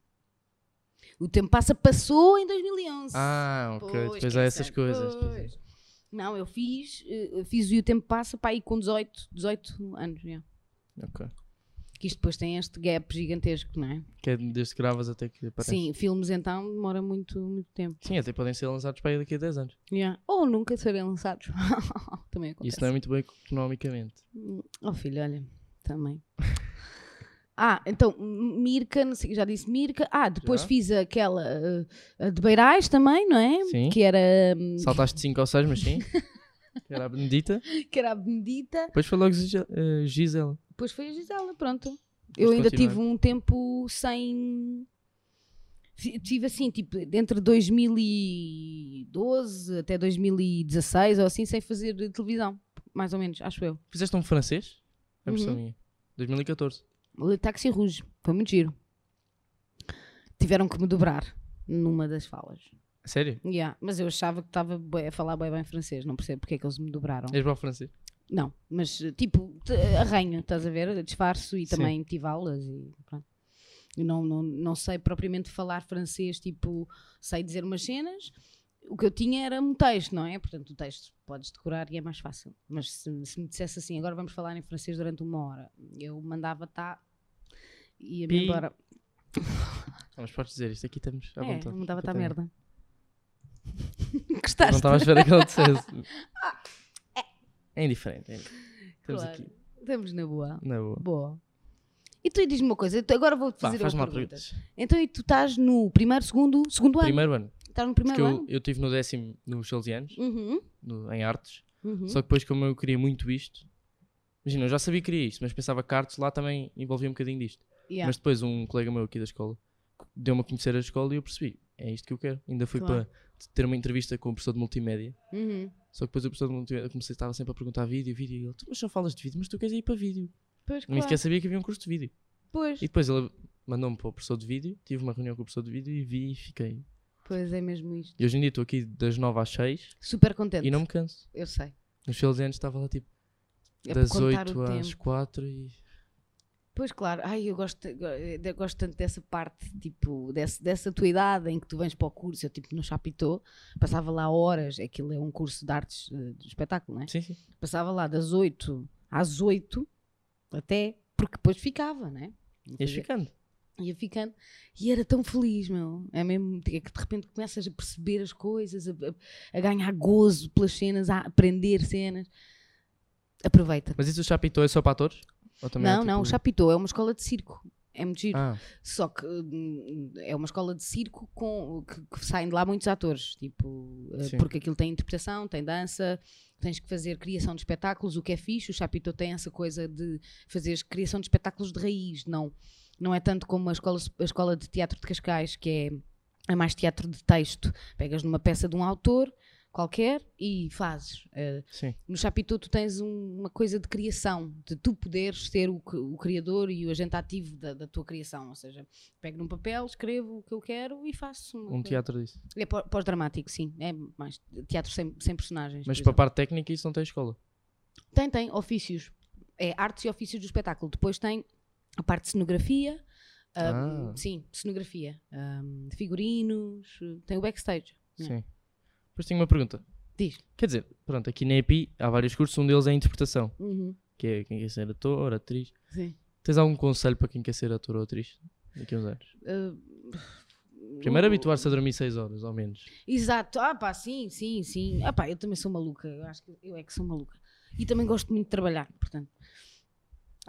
[SPEAKER 2] O Tempo Passa passou em 2011.
[SPEAKER 1] Ah, ok. depois há
[SPEAKER 2] quem
[SPEAKER 1] essas
[SPEAKER 2] sabe,
[SPEAKER 1] coisas. é.
[SPEAKER 2] pois. Não, eu fiz, eh, fiz o E o Tempo Passa para aí com 18, 18 anos. já.
[SPEAKER 1] Ok.
[SPEAKER 2] Que isto depois tem este gap gigantesco, não é?
[SPEAKER 1] Que é desde que gravas até que aparece.
[SPEAKER 2] Sim, filmes então demora muito, muito tempo.
[SPEAKER 1] Sim, até podem ser lançados para aí daqui a 10 anos.
[SPEAKER 2] Yeah. Ou nunca serem lançados. [LAUGHS] também acontece.
[SPEAKER 1] Isso não é muito bem economicamente.
[SPEAKER 2] Hum, Oh filho, olha, também. [LAUGHS] ah, então, M- Mirka, não sei, já disse Mirka. Ah, depois
[SPEAKER 1] Já.
[SPEAKER 2] fiz aquela eh, a de Beirais também, não é?
[SPEAKER 1] Sim.
[SPEAKER 2] Que era, [LAUGHS] hum,
[SPEAKER 1] Saltaste 5 ou 6, mas
[SPEAKER 2] [LAUGHS]
[SPEAKER 1] sim. Que Era a Benedita.
[SPEAKER 2] que era a Benedita.
[SPEAKER 1] Depois foi logo Gise- eh, Gisela.
[SPEAKER 2] Depois foi a Gisela, pronto. eu ainda
[SPEAKER 1] continuar.
[SPEAKER 2] tive um tempo sem. Fi- Tive assim, tipo, entre 2012 até 2016 ou assim, sem fazer televisão, mais ou menos, acho eu.
[SPEAKER 1] Fizeste um francês? A versão
[SPEAKER 2] Uhum.
[SPEAKER 1] minha. 2014.
[SPEAKER 2] Le Taxi Rouge. Foi muito giro. Tiveram que me dobrar numa das falas.
[SPEAKER 1] A Sério?
[SPEAKER 2] Yeah, mas eu achava que estava bué- a falar bem bem francês, não percebo porque é que eles me dobraram.
[SPEAKER 1] És bom francês?
[SPEAKER 2] Não, eh, mas eh, tipo, te- arranho, estás a ver? Disfarço e
[SPEAKER 1] Sim.
[SPEAKER 2] também tive aulas e pronto. Eu não, não, não sei propriamente falar francês, tipo, sei dizer umas cenas. O que eu tinha era um texto, não é? Portanto, o texto podes decorar e é mais fácil. Mas se, se me dissesse assim, agora vamos falar em francês durante uma hora, eu mandava tá e ia-me
[SPEAKER 1] Pi.
[SPEAKER 2] embora.
[SPEAKER 1] Mas podes dizer, isto aqui estamos à
[SPEAKER 2] É,
[SPEAKER 1] vontade.
[SPEAKER 2] não mudava tá
[SPEAKER 1] Portanto, [LAUGHS]
[SPEAKER 2] merda.
[SPEAKER 1] Não
[SPEAKER 2] Gostaste?
[SPEAKER 1] estava a esperar que ela
[SPEAKER 2] [LAUGHS]
[SPEAKER 1] dissesse. É indiferente. É indiferente. Estamos
[SPEAKER 2] Ah, Claro.
[SPEAKER 1] aqui.
[SPEAKER 2] Estamos na boa.
[SPEAKER 1] Na boa.
[SPEAKER 2] Boa. E tu diz-me uma coisa, eu te- agora vou-te
[SPEAKER 1] Vá,
[SPEAKER 2] fazer
[SPEAKER 1] faz-me lá
[SPEAKER 2] uma pergunta.
[SPEAKER 1] perguntas.
[SPEAKER 2] Então, e tu estás no primeiro, segundo, segundo ano?
[SPEAKER 1] Primeiro ano.
[SPEAKER 2] Estás no
[SPEAKER 1] Porque
[SPEAKER 2] primeiro
[SPEAKER 1] eu,
[SPEAKER 2] ano?
[SPEAKER 1] eu estive no décimo nos 12 anos,
[SPEAKER 2] Uhum,
[SPEAKER 1] no- em artes.
[SPEAKER 2] uhum.
[SPEAKER 1] Só que depois, como eu queria muito isto, imagina, eu já sabia que queria isto, mas pensava que artes lá também envolvia um bocadinho disto.
[SPEAKER 2] Yeah.
[SPEAKER 1] Mas depois, um colega meu aqui da escola deu-me a conhecer a escola e eu percebi, é isto que eu quero. Ainda fui
[SPEAKER 2] Claro.
[SPEAKER 1] para ter uma entrevista com o professor de multimédia.
[SPEAKER 2] Uhum.
[SPEAKER 1] Só que depois o professor de multimédia comecei, estava sempre a perguntar vídeo, vídeo. E ele, "Tu, mas só falas de vídeo, mas tu queres ir para vídeo.
[SPEAKER 2] Pois,
[SPEAKER 1] Nem
[SPEAKER 2] claro.
[SPEAKER 1] sequer sabia que havia um curso de vídeo.
[SPEAKER 2] Pois.
[SPEAKER 1] E depois ele mandou-me para o professor de vídeo, tive uma reunião com o professor de vídeo e vi e fiquei.
[SPEAKER 2] pois é mesmo isto.
[SPEAKER 1] E hoje em dia estou aqui das 9 às 6
[SPEAKER 2] Super contente.
[SPEAKER 1] e não me canso.
[SPEAKER 2] Eu sei.
[SPEAKER 1] Nos seus anos estava lá tipo
[SPEAKER 2] É
[SPEAKER 1] das
[SPEAKER 2] por contar
[SPEAKER 1] 8
[SPEAKER 2] o
[SPEAKER 1] às
[SPEAKER 2] tempo.
[SPEAKER 1] 4 e.
[SPEAKER 2] Pois claro, ai, eu gosto, eu gosto tanto dessa parte, tipo, desse, dessa tua idade em que tu vens para o curso, eu tipo no Chapitó, passava lá horas, aquilo é um curso de artes eh, de espetáculo, não é?
[SPEAKER 1] Sim, sim.
[SPEAKER 2] Passava lá das 8 às 8 até, porque depois ficava, não é? Não
[SPEAKER 1] Ias
[SPEAKER 2] fazia-
[SPEAKER 1] ficando.
[SPEAKER 2] ia ficando e era tão feliz, meu. É mesmo é que de repente começas a perceber as coisas, a, a- a ganhar gozo pelas cenas, a aprender cenas. Aproveita.
[SPEAKER 1] Mas isso o Chapitão é só para atores? Ou também é,
[SPEAKER 2] não, não, o
[SPEAKER 1] tipo-
[SPEAKER 2] Chapitão é uma escola de circo. É muito giro.
[SPEAKER 1] Ah,
[SPEAKER 2] Só que hum, é uma escola de circo com, que, que saem de lá muitos atores, tipo, eh,
[SPEAKER 1] Sim.
[SPEAKER 2] porque aquilo tem interpretação, tem dança, tens que fazer criação de espetáculos, o que é fixe, o Chapitão tem essa coisa de fazer criação de espetáculos de raiz, não, não é tanto como a escola, a escola de teatro de Cascais, que é, é mais teatro de texto, pegas numa peça de um autor qualquer e fazes. eh,
[SPEAKER 1] sim.
[SPEAKER 2] no Chapitão tu tens um- uma coisa de criação, de tu poderes ser o, cri- o criador e o agente ativo da, da tua criação. Ou seja, pego num papel, escrevo o que eu quero e faço. uma
[SPEAKER 1] Um
[SPEAKER 2] coisa.
[SPEAKER 1] teatro disso.
[SPEAKER 2] É pó- pós-dramático, sim. É mais teatro sem, sem personagens.
[SPEAKER 1] Mas
[SPEAKER 2] por
[SPEAKER 1] para a
[SPEAKER 2] exemplo.
[SPEAKER 1] parte técnica isso não tem escola.
[SPEAKER 2] Tem, tem, ofícios. É artes e ofícios do espetáculo. Depois tem a parte de cenografia. ah,
[SPEAKER 1] Ah.
[SPEAKER 2] Sim, cenografia. ah, figurinos. Tem o backstage. Yeah.
[SPEAKER 1] Sim. Depois tenho uma pergunta.
[SPEAKER 2] Diz.
[SPEAKER 1] Quer dizer, pronto, aqui na EPI há vários cursos, um deles é a interpretação,
[SPEAKER 2] Uhum.
[SPEAKER 1] que é quem quer ser ator, atriz.
[SPEAKER 2] Sim.
[SPEAKER 1] Tens algum conselho para quem quer ser ator ou atriz daqui a uns anos?
[SPEAKER 2] Ah,
[SPEAKER 1] Primeiro
[SPEAKER 2] o-
[SPEAKER 1] habituar-se a dormir 6 horas, ao menos.
[SPEAKER 2] Exato, ah pá, sim, sim, sim. Ah pá, eu também sou maluca, eu acho que eu é que sou maluca. E também gosto muito de trabalhar, portanto.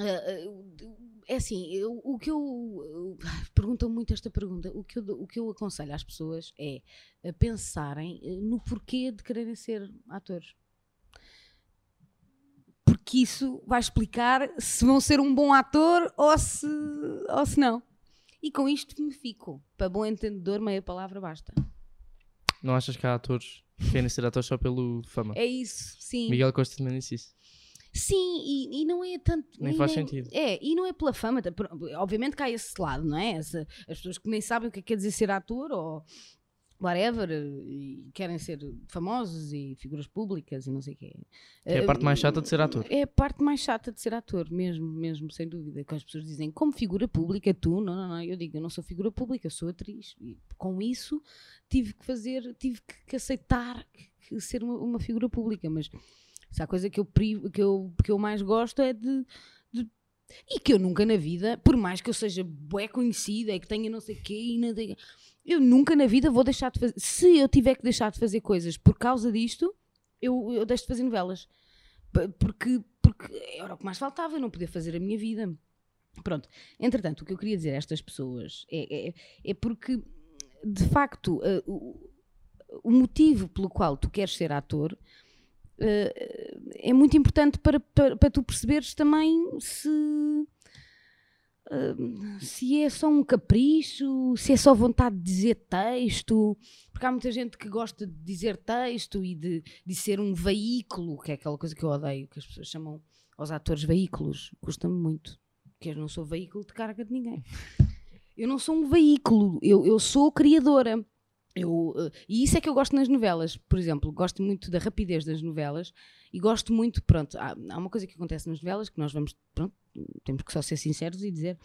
[SPEAKER 2] Ah, ah, é assim, eu- o que eu. eu- [LAUGHS] ah, Perguntam muito esta pergunta. O que, eu, dou- o que eu aconselho às pessoas é a pensarem eh, no porquê de quererem ser atores. Porque isso vai explicar se vão ser um bom ator ou se, ou se não. E com isto me fico. Para bom entendedor, meia palavra basta.
[SPEAKER 1] Não achas que há atores que querem ser atores só pelo fama?
[SPEAKER 2] É isso, sim.
[SPEAKER 1] Miguel Costa também disse isso.
[SPEAKER 2] Sim, e, e não é tanto.
[SPEAKER 1] Nem
[SPEAKER 2] e
[SPEAKER 1] faz sentido.
[SPEAKER 2] É, e não é pela fama. tá- por- Obviamente que há esse lado, não é? Essa- as pessoas que nem sabem o que é que quer dizer ser ator ou whatever eh, e querem ser famosos e figuras públicas e não sei o quê.
[SPEAKER 1] É
[SPEAKER 2] Eh,
[SPEAKER 1] a parte mais chata de ser ator.
[SPEAKER 2] É a parte mais chata de ser ator, mesmo, mesmo, sem dúvida. Que as pessoas dizem, como figura pública, tu, não, não, não. Eu digo, eu não sou figura pública, eu sou atriz. E com isso tive que fazer, tive que, que aceitar que- que ser uma, uma figura pública, mas se há coisa que eu, privo, que eu, que eu mais gosto é de, de- E que eu nunca na vida, por mais que eu seja bué conhecida e que tenha não sei o quê, e não sei- eu nunca na vida vou deixar de fazer. Se eu tiver que deixar de fazer coisas por causa disto, eu, eu deixo de fazer novelas. P- Porque, porque era o que mais faltava, eu não podia fazer a minha vida. Pronto. Entretanto, o que eu queria dizer a estas pessoas é, é, é porque, de facto, eh, o, o motivo pelo qual tu queres ser ator eh, é muito importante para, para, para tu perceberes também se. eh, se é só um capricho, se é só vontade de dizer texto, porque há muita gente que gosta de dizer texto e de, de ser um veículo, que é aquela coisa que eu odeio, que as pessoas chamam aos atores veículos, custa-me muito, porque eu não sou veículo de carga de ninguém. Eu não sou um veículo, eu, eu sou criadora. Eu, eh, e isso é que eu gosto nas novelas, por exemplo, gosto muito da rapidez das novelas e gosto muito, pronto, há, há uma coisa que acontece nas novelas que nós vamos, pronto, temos que só ser sinceros e dizer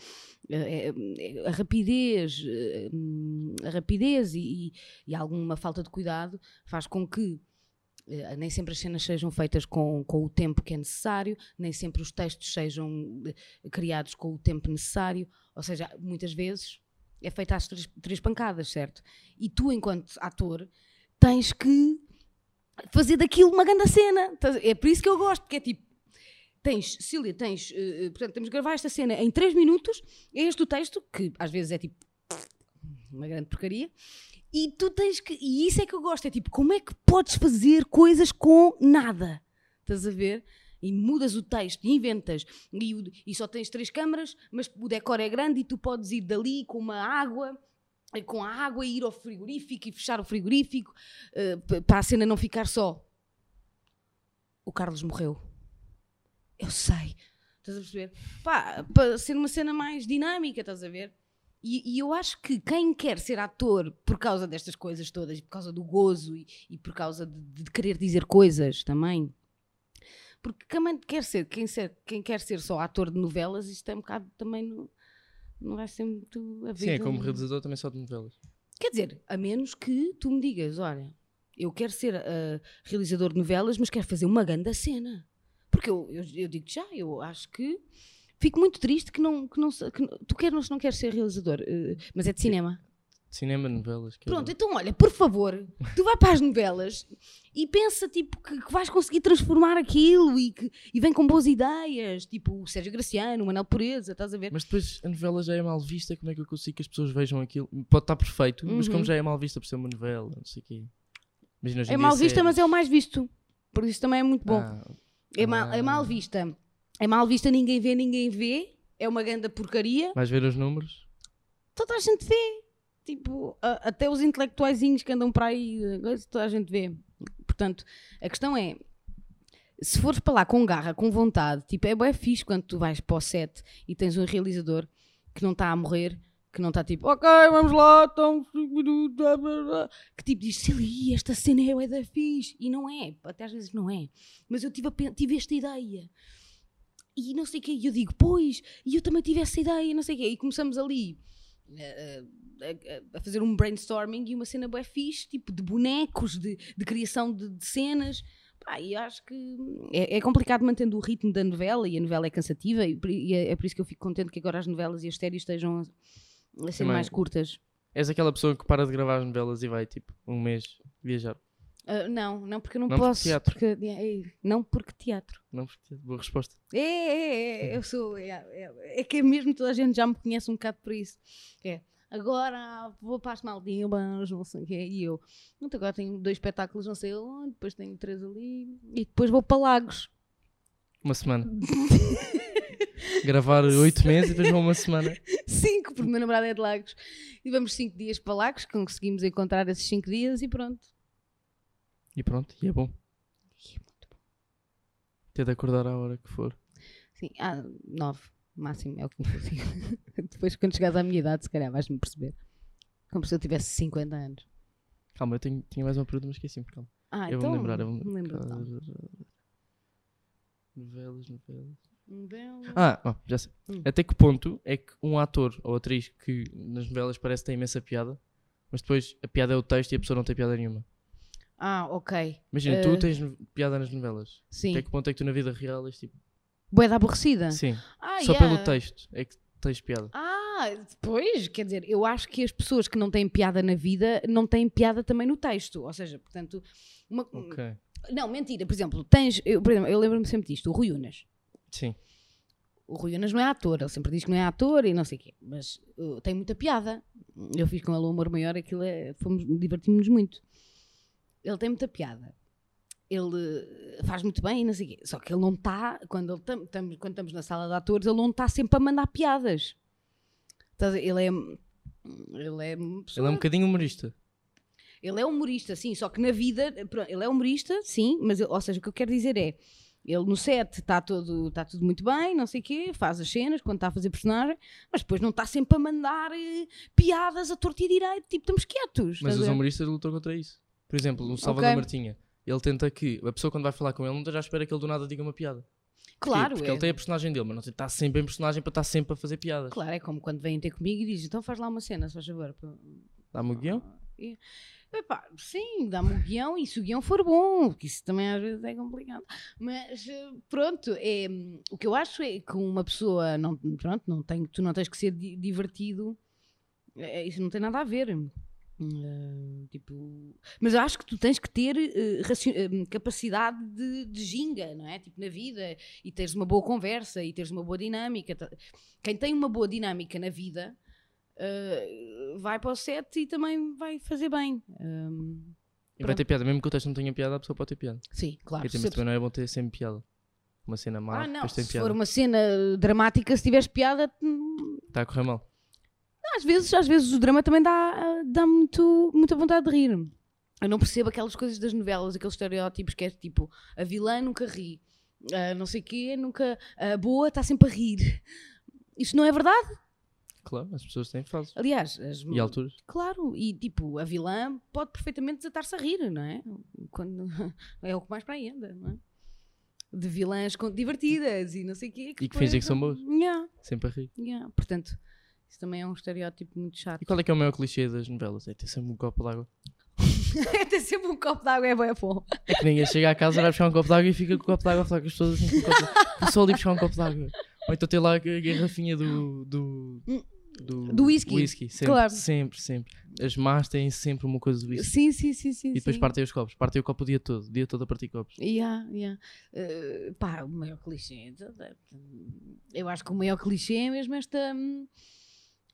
[SPEAKER 2] eh, eh, eh, a rapidez, eh, hum, a rapidez e, e- e alguma falta de cuidado faz com que eh, nem sempre as cenas sejam feitas com, com o tempo que é necessário, nem sempre os textos sejam eh, criados com o tempo necessário, ou seja, muitas vezes é feita às três, três pancadas, certo? E tu, enquanto ator, tens que fazer daquilo uma grande cena. Tás- É por isso que eu gosto, porque é tipo. Tens, Cília, tens. eh, eh, portanto, temos que gravar esta cena em 3 minutos. É este o texto, que às vezes é tipo. Uma grande porcaria. E tu tens que. E isso é que eu gosto. É tipo, como é que podes fazer coisas com nada? Estás a ver? E mudas o texto, e inventas. E, o- e só tens três câmaras, mas o decor é grande e tu podes ir dali com uma água com a água e ir ao frigorífico e fechar o frigorífico eh, p- para a cena não ficar só. O Carlos morreu. Eu sei. Estás a perceber? Pá, para ser uma cena mais dinâmica, estás a ver? E, e eu acho que quem quer ser ator por causa destas coisas todas, por causa do gozo e, e por causa de, de querer dizer coisas também, porque também quer ser, quem, ser, quem quer ser só ator de novelas, isto é um bocado também não, não vai ser muito a vida.
[SPEAKER 1] Sim, é como
[SPEAKER 2] não é?
[SPEAKER 1] realizador também só de novelas.
[SPEAKER 2] Quer dizer, a menos que tu me digas, olha, eu quero ser ah, realizador de novelas, mas quero fazer uma grande cena. Porque eu, eu, eu digo já, eu acho que fico muito triste que não, que não, se- que não- tu queres, não queres ser realizador, eh, mas é de cinema.
[SPEAKER 1] De cinema, novelas. que eu-
[SPEAKER 2] Pronto, então olha, por favor, tu vai para as novelas e pensa tipo que, que vais conseguir transformar aquilo e, que, e vem com boas ideias, tipo o Sérgio Graciano, o Manel Pureza, estás a ver?
[SPEAKER 1] Mas depois a novela já é mal vista, como é que eu consigo que as pessoas vejam aquilo? Pode estar perfeito, mas
[SPEAKER 2] Uhum.
[SPEAKER 1] como já é mal vista por ser uma novela, não sei o quê. Imagina hoje em dia
[SPEAKER 2] é mal vista,
[SPEAKER 1] séries.
[SPEAKER 2] mas é o mais visto. Por isso também é muito bom.
[SPEAKER 1] Ah,
[SPEAKER 2] É mal, é mal vista. É mal vista, ninguém vê, ninguém vê. É uma grande porcaria.
[SPEAKER 1] vais ver os números?
[SPEAKER 2] Toda a gente vê. Tipo, a- até os intelectuaizinhos que andam para aí, eh, coisa, toda a gente vê. Portanto, a questão é, se fores para lá com garra, com vontade, tipo, é bem fixe quando tu vais para o set e tens um realizador que não está a morrer, que não está tipo, ok, vamos lá, estão 5 minutos, blá, blá, blá", que tipo diz, Celi, esta cena é bué da fixe. E não é, até às vezes não é. Mas eu tive, a pen- tive esta ideia. E não sei o quê, e eu digo, pois, e eu também tive essa ideia, e não sei o quê. E começamos ali eh, eh, a, a- a fazer um brainstorming e uma cena bué fixe, tipo de bonecos, de, de criação de, de cenas. Pá, e acho que é, é complicado mantendo o ritmo da novela e a novela é cansativa e, por- e é, é por isso que eu fico contente que agora as novelas e as séries estejam a, a ser
[SPEAKER 1] Também-
[SPEAKER 2] mais curtas.
[SPEAKER 1] És aquela pessoa que para de gravar as novelas e vai tipo um mês viajar.
[SPEAKER 2] Ah, não, não porque eu não,
[SPEAKER 1] Não porque
[SPEAKER 2] posso.
[SPEAKER 1] teatro.
[SPEAKER 2] Porque, é, é, não porque teatro.
[SPEAKER 1] Não, boa resposta.
[SPEAKER 2] É, é, é, eu sou. É, é, é que mesmo toda a gente já me conhece um bocado por isso. É, agora vou para as Maldivas, não sei o quê, e eu. Pronto, agora tenho dois espetáculos, não sei onde, depois tenho três ali, e depois vou para Lagos. [LAUGHS]
[SPEAKER 1] Uma semana. Gravar oito meses e depois vou uma semana.
[SPEAKER 2] cinco, porque o meu namorado é de Lagos. E vamos cinco dias para Lagos, conseguimos encontrar esses cinco dias e pronto.
[SPEAKER 1] E pronto, e é bom.
[SPEAKER 2] E é
[SPEAKER 1] Ter de acordar à hora que for.
[SPEAKER 2] Sim, ah, nove, máximo, é o que me consigo. [LAUGHS] depois, quando chegares à minha idade, se calhar vais-me perceber. Como se eu tivesse 50 anos.
[SPEAKER 1] Calma, eu tenho, tinha mais uma pergunta, mas esqueci-me. Calma.
[SPEAKER 2] Ah,
[SPEAKER 1] eu
[SPEAKER 2] então,
[SPEAKER 1] vou-me lembrar. um Eu vou
[SPEAKER 2] me lembro. então.
[SPEAKER 1] Novelas, novelas.
[SPEAKER 2] Novela.
[SPEAKER 1] Ah, ó, já sei.
[SPEAKER 2] Hum.
[SPEAKER 1] Até que ponto é que um ator ou atriz que nas novelas parece ter imensa piada, mas depois a piada é o texto e a pessoa não tem piada nenhuma?
[SPEAKER 2] Ah, ok.
[SPEAKER 1] Imagina,
[SPEAKER 2] Eh.
[SPEAKER 1] tu tens no- piada nas novelas.
[SPEAKER 2] Sim.
[SPEAKER 1] Até que ponto é que tu na vida real és tipo.
[SPEAKER 2] Boeda aborrecida.
[SPEAKER 1] Sim.
[SPEAKER 2] Ah,
[SPEAKER 1] Só
[SPEAKER 2] yeah.
[SPEAKER 1] pelo texto é que tens piada.
[SPEAKER 2] Ah, pois, quer dizer, eu acho que as pessoas que não têm piada na vida não têm piada também no texto. Ou seja, portanto, uma-
[SPEAKER 1] Ok.
[SPEAKER 2] não, mentira. Por exemplo, tens, eu, por exemplo, eu lembro-me sempre disto, o Rui Unas.
[SPEAKER 1] Sim.
[SPEAKER 2] O Rui Unas não é ator, ele sempre diz que não é ator e não sei o quê, mas uh, tem muita piada. Eu fiz com ele o Amor Maior, aquilo é, fomos, divertimos-nos muito. Ele tem muita piada. Ele uh, faz muito bem e não sei o quê. Só que ele não está, quando, ele tam- tam- quando estamos na sala de atores, ele não está sempre a mandar piadas. Estás a- Ele é. Ele é, uma pessoa-
[SPEAKER 1] Ele é um bocadinho humorista.
[SPEAKER 2] ele é humorista, sim, só que na vida, pronto, ele é humorista, sim, mas eu- ou seja, o que eu quero dizer é, Ele no set está tudo, tá tudo muito bem, não sei o quê, faz as cenas quando está a fazer personagem, mas depois não está sempre a mandar eh, piadas a torto e direito, tipo, estamos quietos.
[SPEAKER 1] Mas
[SPEAKER 2] estás a
[SPEAKER 1] os
[SPEAKER 2] ver?
[SPEAKER 1] humoristas lutam contra isso. Por exemplo, o Salvador
[SPEAKER 2] Ok.
[SPEAKER 1] Martinha. Ele tenta que a pessoa, quando vai falar com ele, não já espera que ele do nada diga uma piada. Porquê?
[SPEAKER 2] claro,
[SPEAKER 1] Porque
[SPEAKER 2] é,
[SPEAKER 1] ele tem a personagem dele, mas não está sempre em personagem para estar sempre a fazer piadas.
[SPEAKER 2] claro, é como quando vêm ter comigo e dizem, então faz lá uma cena, se faz favor. pá."
[SPEAKER 1] Dá-me o guião?
[SPEAKER 2] E- Epá, sim, dá-me o guião e se o guião for bom, porque isso também às vezes é complicado. Mas eh, pronto, é, hum, o que eu acho é que uma pessoa, não, pronto, não tem, tu não tens que ser di- divertido, Eh, isso não tem nada a ver. Hum, eh, tipo, mas eu acho que tu tens que ter eh, raci- hum, capacidade de, de ginga, não é? Tipo, na vida, e teres uma boa conversa, e teres uma boa dinâmica. tá- Quem tem uma boa dinâmica na vida Uh, vai para o set e também vai fazer bem. Um,
[SPEAKER 1] E vai
[SPEAKER 2] Pronto.
[SPEAKER 1] ter piada. Mesmo que o texto não tenha piada, a pessoa pode ter piada.
[SPEAKER 2] sim, claro.
[SPEAKER 1] e também,
[SPEAKER 2] se a
[SPEAKER 1] também não é bom ter sempre piada. Uma cena
[SPEAKER 2] pessoa-
[SPEAKER 1] má,
[SPEAKER 2] ah, não,
[SPEAKER 1] depois tem
[SPEAKER 2] se for
[SPEAKER 1] piada.
[SPEAKER 2] uma cena dramática, se tiveres piada, hum,
[SPEAKER 1] Está Tá a correr mal.
[SPEAKER 2] às vezes, às vezes o drama também dá, ah, dá muito, muita vontade de rir. Eu não percebo aquelas coisas das novelas, aqueles estereótipos que é tipo a vilã nunca ri, a não sei o quê, nunca. A boa está sempre a rir. Isso não é verdade?
[SPEAKER 1] Claro, as pessoas têm fases.
[SPEAKER 2] Aliás, as,
[SPEAKER 1] E alturas.
[SPEAKER 2] Claro, e tipo, a vilã pode perfeitamente desatar-se a rir, não é? Quando [LAUGHS] é o que mais para aí anda, não é? De vilãs com- divertidas e não sei o quê.
[SPEAKER 1] E que fingem que são boas.
[SPEAKER 2] Yeah,
[SPEAKER 1] Sempre a rir.
[SPEAKER 2] yeah. Portanto, isso também é um estereótipo muito chato.
[SPEAKER 1] E qual é que é o maior clichê das novelas? É ter sempre um copo d'água.
[SPEAKER 2] [LAUGHS] é ter sempre um copo de água, é bom, é bom.
[SPEAKER 1] É que ninguém chega à casa, vai buscar um copo d'água e fica com o copo d'água a falar com as
[SPEAKER 2] [LAUGHS]
[SPEAKER 1] pessoas assim com o copo d'água. Vou só ali buscar um copo d'água. Ou então tem lá a garrafinha do. do. do,
[SPEAKER 2] Do whisky.
[SPEAKER 1] Sempre,
[SPEAKER 2] Claro.
[SPEAKER 1] sempre, sempre. As más têm sempre uma coisa do whisky.
[SPEAKER 2] Sim, sim, sim, sim.
[SPEAKER 1] E depois
[SPEAKER 2] sim.
[SPEAKER 1] partem os copos. Partem o copo o dia todo. O dia todo a partir copos.
[SPEAKER 2] Yeah, yeah. Eh, pá, o maior clichê. Eu acho que o maior clichê é mesmo esta, hum,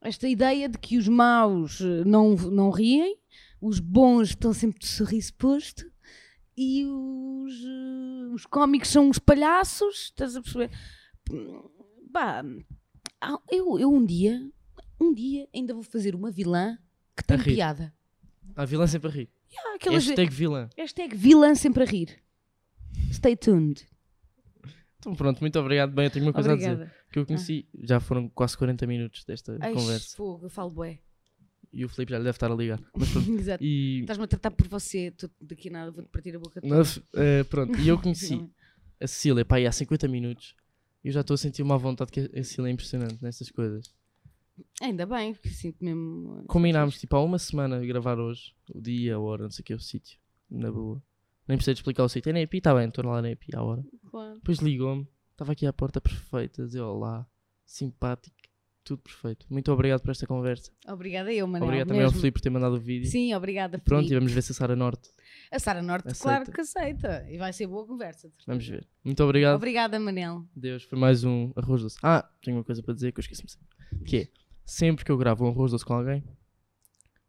[SPEAKER 2] esta ideia de que os maus eh, não, não riem, os bons estão sempre de sorriso posto e os, eh, os cómicos são uns palhaços. Estás a perceber? Hum, Pá, há- eu, eu um dia, um dia ainda vou fazer uma vilã que tem
[SPEAKER 1] rir.
[SPEAKER 2] piada.
[SPEAKER 1] A vilã sempre a rir.
[SPEAKER 2] Ah, aquelas-
[SPEAKER 1] Hashtag vilã.
[SPEAKER 2] hashtag vilã sempre a rir. Stay tuned.
[SPEAKER 1] Então pronto, muito obrigado. Bem, eu tenho uma coisa a dizer.
[SPEAKER 2] Obrigada. Ah.
[SPEAKER 1] Que eu conheci, já foram quase 40 minutos desta
[SPEAKER 2] Ai,
[SPEAKER 1] conversa.
[SPEAKER 2] fogo, eu falo bué.
[SPEAKER 1] E o Felipe já lhe deve estar a ligar. Mas pronto.
[SPEAKER 2] [LAUGHS] Exato.
[SPEAKER 1] E.
[SPEAKER 2] Estás-me a tratar por você, tu, daqui a nada vou-te partir a boca toda.
[SPEAKER 1] Mas, eh, pronto, e eu conheci
[SPEAKER 2] Finalmente.
[SPEAKER 1] a Cecília, pá, aí há 50 minutos. E eu já estou a sentir uma vontade que a Cecília é impressionante nestas coisas.
[SPEAKER 2] Ainda bem, porque sinto mesmo...
[SPEAKER 1] Combinámos, tipo, há uma semana a gravar hoje, o dia, a hora, não sei o que, o sítio, na boa. Nem precisei de explicar o sítio. É na EPI, está bem, estou lá na EPI, à hora.
[SPEAKER 2] Claro.
[SPEAKER 1] Depois ligou-me, estava aqui à porta perfeita, a dizer olá, simpático, tudo perfeito. Muito obrigado por esta conversa.
[SPEAKER 2] Obrigada eu, Manel.
[SPEAKER 1] obrigado também ao
[SPEAKER 2] mesmo.
[SPEAKER 1] Filipe por ter mandado o vídeo.
[SPEAKER 2] Sim, obrigada,
[SPEAKER 1] Pronto, e
[SPEAKER 2] Filipe.
[SPEAKER 1] vamos ver se a Sara Norte.
[SPEAKER 2] A Sara Norte,
[SPEAKER 1] Aceita.
[SPEAKER 2] claro que aceita. E vai ser boa conversa. de certeza.
[SPEAKER 1] Vamos ver. Muito obrigado.
[SPEAKER 2] Obrigada, Manel.
[SPEAKER 1] Deus, foi mais um arroz doce. Ah, tenho uma coisa para dizer que eu esqueci-me. sempre. Que é, sempre que eu gravo um arroz doce com alguém,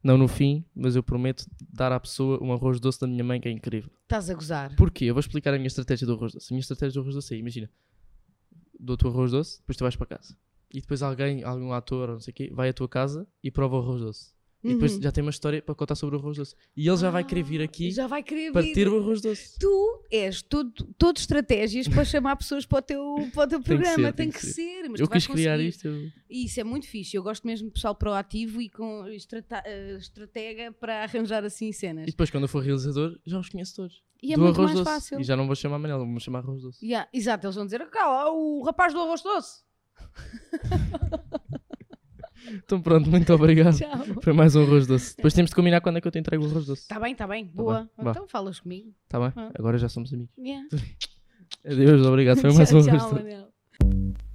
[SPEAKER 1] não no fim, mas eu prometo dar à pessoa um arroz doce da minha mãe que é incrível.
[SPEAKER 2] Estás a gozar.
[SPEAKER 1] Porquê? Eu vou explicar a minha estratégia do arroz doce. A minha estratégia do arroz doce é, imagina, dou-te o arroz doce, depois tu vais para casa. E depois alguém, algum ator ou não sei o quê, vai à tua casa e prova o arroz doce. E depois
[SPEAKER 2] Uhum.
[SPEAKER 1] já tem uma história para contar sobre o arroz doce. E ele já vai querer vir aqui
[SPEAKER 2] Já vai querer
[SPEAKER 1] para
[SPEAKER 2] vir.
[SPEAKER 1] ter o arroz doce.
[SPEAKER 2] Tu és todo, todo estratégias para chamar pessoas para o teu, para o teu
[SPEAKER 1] Tem que ser,
[SPEAKER 2] programa.
[SPEAKER 1] tem
[SPEAKER 2] Tem
[SPEAKER 1] que
[SPEAKER 2] que ser. mas
[SPEAKER 1] eu
[SPEAKER 2] tu vais
[SPEAKER 1] quis criar
[SPEAKER 2] conseguir.
[SPEAKER 1] isto. eu-
[SPEAKER 2] E isso é muito fixe. Eu gosto mesmo de pessoal proativo e com estrata- eh, estratega para arranjar assim
[SPEAKER 1] E
[SPEAKER 2] cenas.
[SPEAKER 1] depois quando eu for realizador, já os conheço todos.
[SPEAKER 2] E é
[SPEAKER 1] do
[SPEAKER 2] muito
[SPEAKER 1] arroz
[SPEAKER 2] mais
[SPEAKER 1] doce.
[SPEAKER 2] fácil.
[SPEAKER 1] E já não vou chamar Manela, vou chamar arroz doce.
[SPEAKER 2] Yeah, exato, eles vão dizer: cala, o rapaz do arroz
[SPEAKER 1] [LAUGHS]
[SPEAKER 2] doce.
[SPEAKER 1] Então pronto, muito obrigado.
[SPEAKER 2] [LAUGHS] Tchau. Tá.
[SPEAKER 1] Foi mais um arroz doce. Depois temos de combinar quando é que eu te entrego o arroz doce.
[SPEAKER 2] Está bem, está bem, boa.
[SPEAKER 1] Tá bem, vá.
[SPEAKER 2] Então falas comigo.
[SPEAKER 1] Tá bem?
[SPEAKER 2] Ah.
[SPEAKER 1] Agora já somos amigos.
[SPEAKER 2] Yeah.
[SPEAKER 1] Adeus, obrigado. Foi mais um
[SPEAKER 2] [LAUGHS] tchau,
[SPEAKER 1] arroz
[SPEAKER 2] tchau,
[SPEAKER 1] doce.
[SPEAKER 2] Manel.